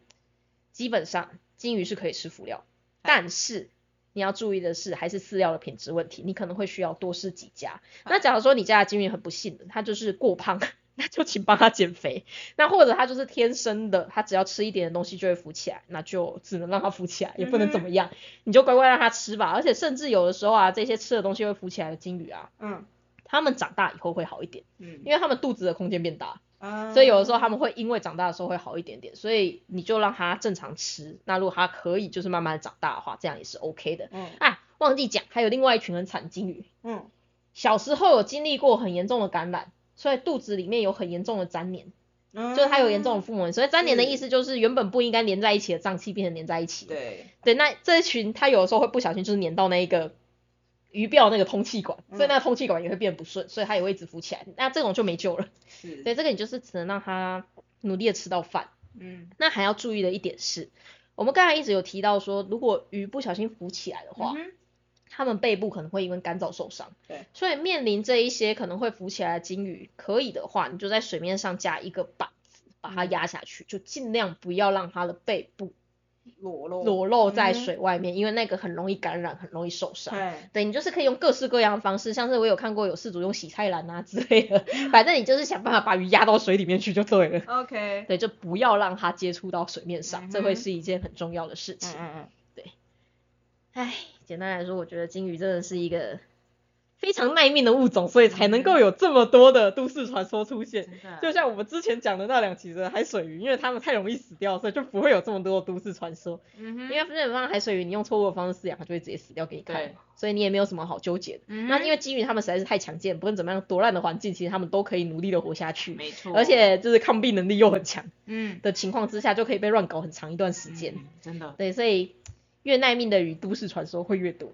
B: 基本上金鱼是可以吃辅料，但是你要注意的是，还是饲料的品质问题，你可能会需要多试几家。那假如说你家的金鱼很不幸的，它就是过胖， [laughs] 那就请帮它减肥。那或者它就是天生的，它只要吃一点的东西就会浮起来，那就只能让它浮起来，也不能怎么样，你就乖乖让它吃吧。而且甚至有的时候啊，这些吃的东西会浮起来的金鱼啊，
A: 嗯
B: 它们长大以后会好一点，
A: 嗯，
B: 因为它们肚子的空间变大。
A: 啊
B: 所以有的时候他们会因为长大的时候会好一点点，所以你就让它正常吃。那如果它可以就是慢慢长大的话，这样也是 OK 的。
A: 嗯
B: 啊，忘记讲，还有另外一群很惨的金鱼，
A: 嗯，
B: 小时候有经历过很严重的感染，所以肚子里面有很严重的粘连，
A: 嗯
B: 就是它有严重的，腹膜炎。所以粘连的
A: 是
B: 意思就是原本不应该连在一起的脏器变成连在一起。
A: 对，
B: 对，那这一群它有的时候会不小心就是粘到那一个鱼鳔那个通气管，
A: 嗯
B: 所以那个通气管也会变不顺，所以它也会一直浮起来。那这种就没救了。
A: 是，
B: 所以这个你就是只能让它努力的吃到饭。
A: 嗯，
B: 那还要注意的一点是，我们刚才一直有提到说，如果鱼不小心浮起来的话，
A: 嗯哼
B: 它们背部可能会因为干燥受伤。
A: 对，
B: 所以面临这一些可能会浮起来的金鱼，可以的话，你就在水面上加一个板子把
A: 嗯
B: 它压下去，就尽量不要让它的背部
A: 裸露，
B: 裸露在
A: 嗯哼
B: 水外面，因为那个很容易感染，很容易受伤。
A: 对，
B: 对你就是可以用各式各样的方式，像是我有看过有事主用洗菜篮啊之类的，
A: 嗯
B: 反正你就是想办法把鱼压到水里面去就对了。
A: ，OK，
B: 对，就不要让它接触到水面上，这
A: 嗯
B: 会
A: 哼
B: 是一件很重要的事
A: 嗯
B: 情。
A: 嗯
B: 唉，简单来说，我觉得金鱼真的是一个非常耐命的物种，所以才能够有这么多的都市传说出
A: 嗯，
B: 现。
A: 真的
B: 就像我们之前讲的那两集的海水鱼，因为它们太容易死掉，所以就不会有这么多的都市传说。
A: 嗯
B: 因
A: 哼，
B: 为基本上海水鱼，你用错误的方式饲养，它就会直接死掉给你看
A: 对，
B: 所以你也没有什么好纠结的。
A: 嗯哼
B: 那因为金鱼它们实在是太强健，不论怎么样多烂的环境，其实它们都可以努力的活下去，
A: 没错，
B: 而且就是抗病能力又很强。
A: 嗯，
B: 的情况之下，就可以被乱搞很长一段时间。
A: 嗯真
B: [clears throat]
A: 的，
B: 对，所以越耐命的鱼，都市传说会越多，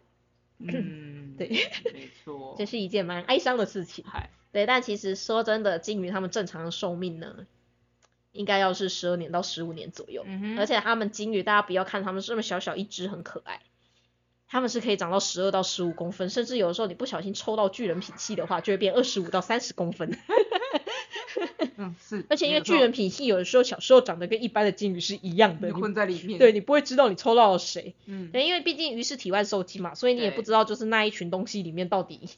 A: 嗯，
B: 对，
A: 没
B: [laughs]
A: 错
B: 这，是一件蛮哀伤的事情。
A: 嗨，
B: 对，但其实说真的，鲸鱼它们正常的寿命呢，应该要是十二年到十五年左右。
A: 嗯哼，
B: 而且它们鲸鱼，大家不要看它们这么小小一只，很可爱。它们是可以长到十二到十五公分，甚至有的时候你不小心抽到巨人品系的话，就会变二十五到三十公分。
A: 嗯是，
B: [laughs] 而且因为
A: 没错
B: 巨人品系有的时候小时候长得跟一般的鲸鱼是一样的，
A: 你
B: 你
A: 混在里面，，
B: 对你不会知道你抽到了谁。
A: 嗯，
B: 对，因为毕竟鱼是体外受精嘛，所以你也
A: 对
B: 不知道就是那一群东西里面到底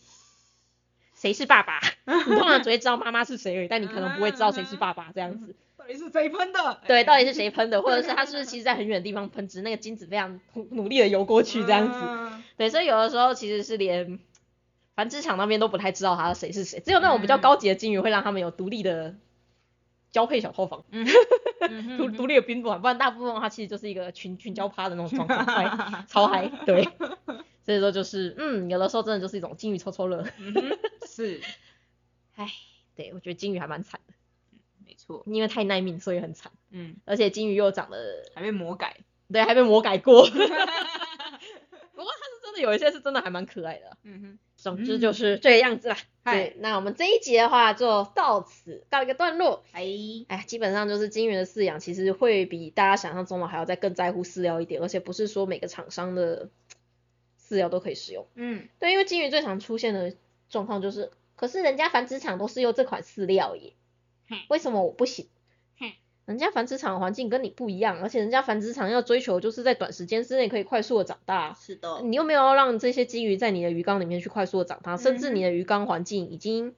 B: 谁是
A: [laughs]
B: 爸爸。你通常只会知道妈妈是谁而已，但你可能不会知道谁是爸爸这样子。
A: 到底是谁喷的？
B: 对，
A: 哎
B: 到底是谁喷的，或者是他是不是其实在很远的地方喷，只是那个精子非常努努力的游过去这样子。
A: 嗯
B: 对，所以有的时候其实是连繁殖场那边都不太知道他谁是谁，只有那种比较
A: 嗯
B: 高级的金鱼会让他们有独立的交配小套房。
A: 嗯哼
B: 独独立的宾馆，不然大部分的话其实就是一个群群交趴的那种
A: [laughs]
B: 状况，嗨，超嗨，对。所以说就是，嗯，有的时候真的就是一种金鱼抽抽乐， [laughs]
A: 嗯哼，是，
B: 唉，对我觉得金鱼还蛮惨的，
A: 没错，
B: 因为太耐命，所以很惨，
A: 嗯，
B: 而且金鱼又长得，
A: 还被魔改，
B: 对，还被魔改过。不过它是真的有一些是真的还蛮可爱的啊，
A: 嗯哼，
B: 总之就是这个样子啦。
A: 嗨
B: 对，那我们这一集的话就到此告一个段落。
A: 哎，
B: 哎，基本上就是金鱼的饲养，其实会比大家想象中的还要再更在乎饲料一点，而且不是说每个厂商的饲料都可以使用。
A: 嗯，
B: 对，因为金鱼最常出现的状况就是，可是人家繁殖场都是用这款饲料耶
A: 哼，
B: 为什么我不行
A: 哼？
B: 人家繁殖场的环境跟你不一样，而且人家繁殖场要追求就是在短时间之内可以快速的长大，
A: 是的
B: 你又
A: 嗯
B: 没有要让这些金鱼在你的鱼缸里面去快速的长大，甚至你的鱼缸环境已经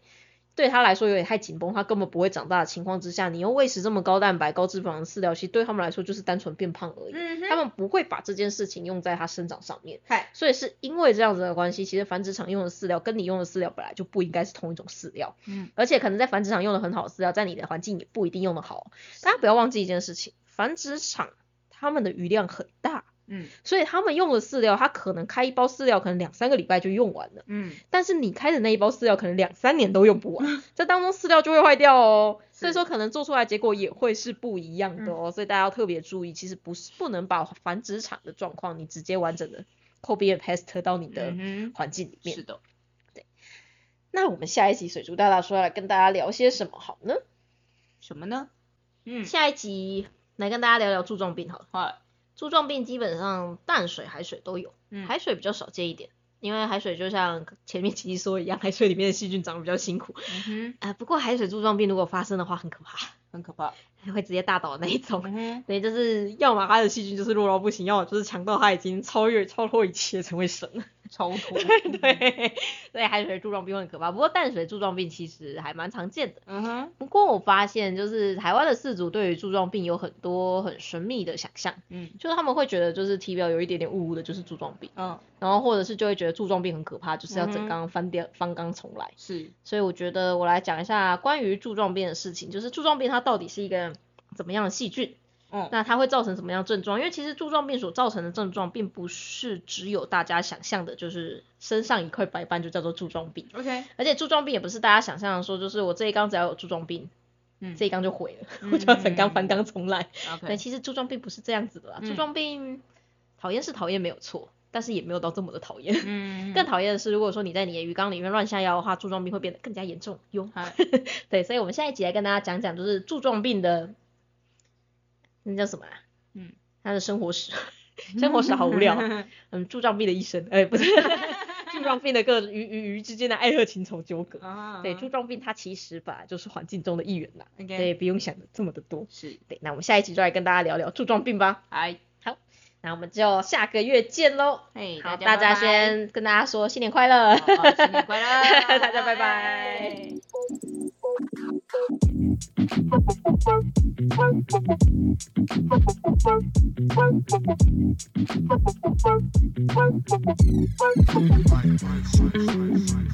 B: 对他来说有点太紧绷，他根本不会长大的情况之下，你又喂食这么高蛋白、高脂肪的饲料，其实对他们来说就是单纯变胖而已。
A: 嗯
B: 他
A: 哼，
B: 们不会把这件事情用在它生长上面，
A: 嗨，
B: 所以是因为这样子的关系，其实繁殖场用的饲料跟你用的饲料本来就不应该是同一种饲料，
A: 嗯，
B: 而且可能在繁殖场用的很好的饲料，在你的环境也不一定用的好。大家不要忘记一件事情，繁殖场他们的余量很大，
A: 嗯
B: 所以他们用的饲料，它可能开一包饲料可能两三个礼拜就用完了，
A: 嗯，
B: 但是你开的那一包饲料可能两三年都用不完，这当中饲料就会坏掉哦，
A: 是
B: 所以说可能做出来结果也会是不一样的哦，所以大家要特别注意，其实不是不能把繁殖场的状况你直接完整的 copy and paste 到你的
A: 嗯
B: 环境里
A: 哼，
B: 面。
A: 是的，
B: 那我们下一集水珠大大说要来跟大家聊些什么好呢？
A: 什么呢？嗯，
B: 下一集来跟大家聊聊柱状病好了，
A: 嗨，
B: 柱状病基本上淡水、海水都有。
A: 嗯，
B: 海水比较少见一点，因为海水就像前面琪琪说一样，海水里面的细菌长得比较辛苦。
A: 嗯哼，
B: 啊、不过海水柱状病如果发生的话，很可怕， [laughs]
A: 很可怕，
B: 会直接大倒的那一种。 [laughs]
A: 嗯哼，
B: 对，就是要么它的细菌就是弱到不行，要么就是强到它已经超越超脱一切成为神了。
A: 冲突，
B: [laughs] 对，所以海水柱状病会很可怕。不过淡水柱状病其实还蛮常见的。
A: 嗯哼，
B: 不过我发现，就是台湾的饲主对于柱状病有很多很神秘的想象，
A: 嗯
B: 就是他们会觉得就是体表有一点点雾雾的，就是柱状病。
A: 嗯，
B: 然后或者是就会觉得柱状病很可怕，就是要
A: 嗯
B: 整
A: 哼
B: 缸翻掉、翻缸重来。
A: 是，
B: 所以我觉得我来讲一下关于柱状病的事情，就是柱状病它到底是一个怎么样的细菌，
A: 嗯，
B: 那它会造成什么样的症状？因为其实柱状病所造成的症状，并不是只有大家想象的，就是身上一块白斑就叫做柱状病。
A: OK，
B: 而且柱状病也不是大家想象的说，就是我这一缸只要有柱状病，
A: 嗯
B: 这一缸就毁了，
A: 嗯
B: 我就要整缸翻缸重来。对，
A: ，OK，
B: 其实柱状病不是这样子的啦，
A: 嗯
B: 柱状病讨厌是讨厌没有错，但是也没有到这么的讨厌。
A: 嗯，
B: 更讨厌的是，如果说你在你的鱼缸里面乱下药的话，柱状病会变得更加严重哟。
A: 嗨，
B: [laughs] 对，所以我们下一集来跟大家讲讲，就是柱状病的那叫什么、啊？
A: 嗯，
B: 他的生活史，生活史好无聊啊。
A: [laughs]
B: 嗯，柱状病的一生，哎、不是 [laughs] 柱状病的各鱼鱼鱼之间的爱恨情仇纠葛。
A: 啊，
B: 对，柱状病它其实本来就是环境中的一员啦，
A: ，OK，
B: 对，不用想的这么的多。
A: 是，
B: 对，那我们下一集就来跟大家聊聊柱状病吧。
A: 嗨，
B: 那我们就下个月见喽。
A: 嘿，
B: 好，
A: 大
B: 大家
A: 拜拜
B: 先跟大家说新年快乐。
A: 好好新年快乐，
B: [laughs] 大家拜拜。
C: Bye.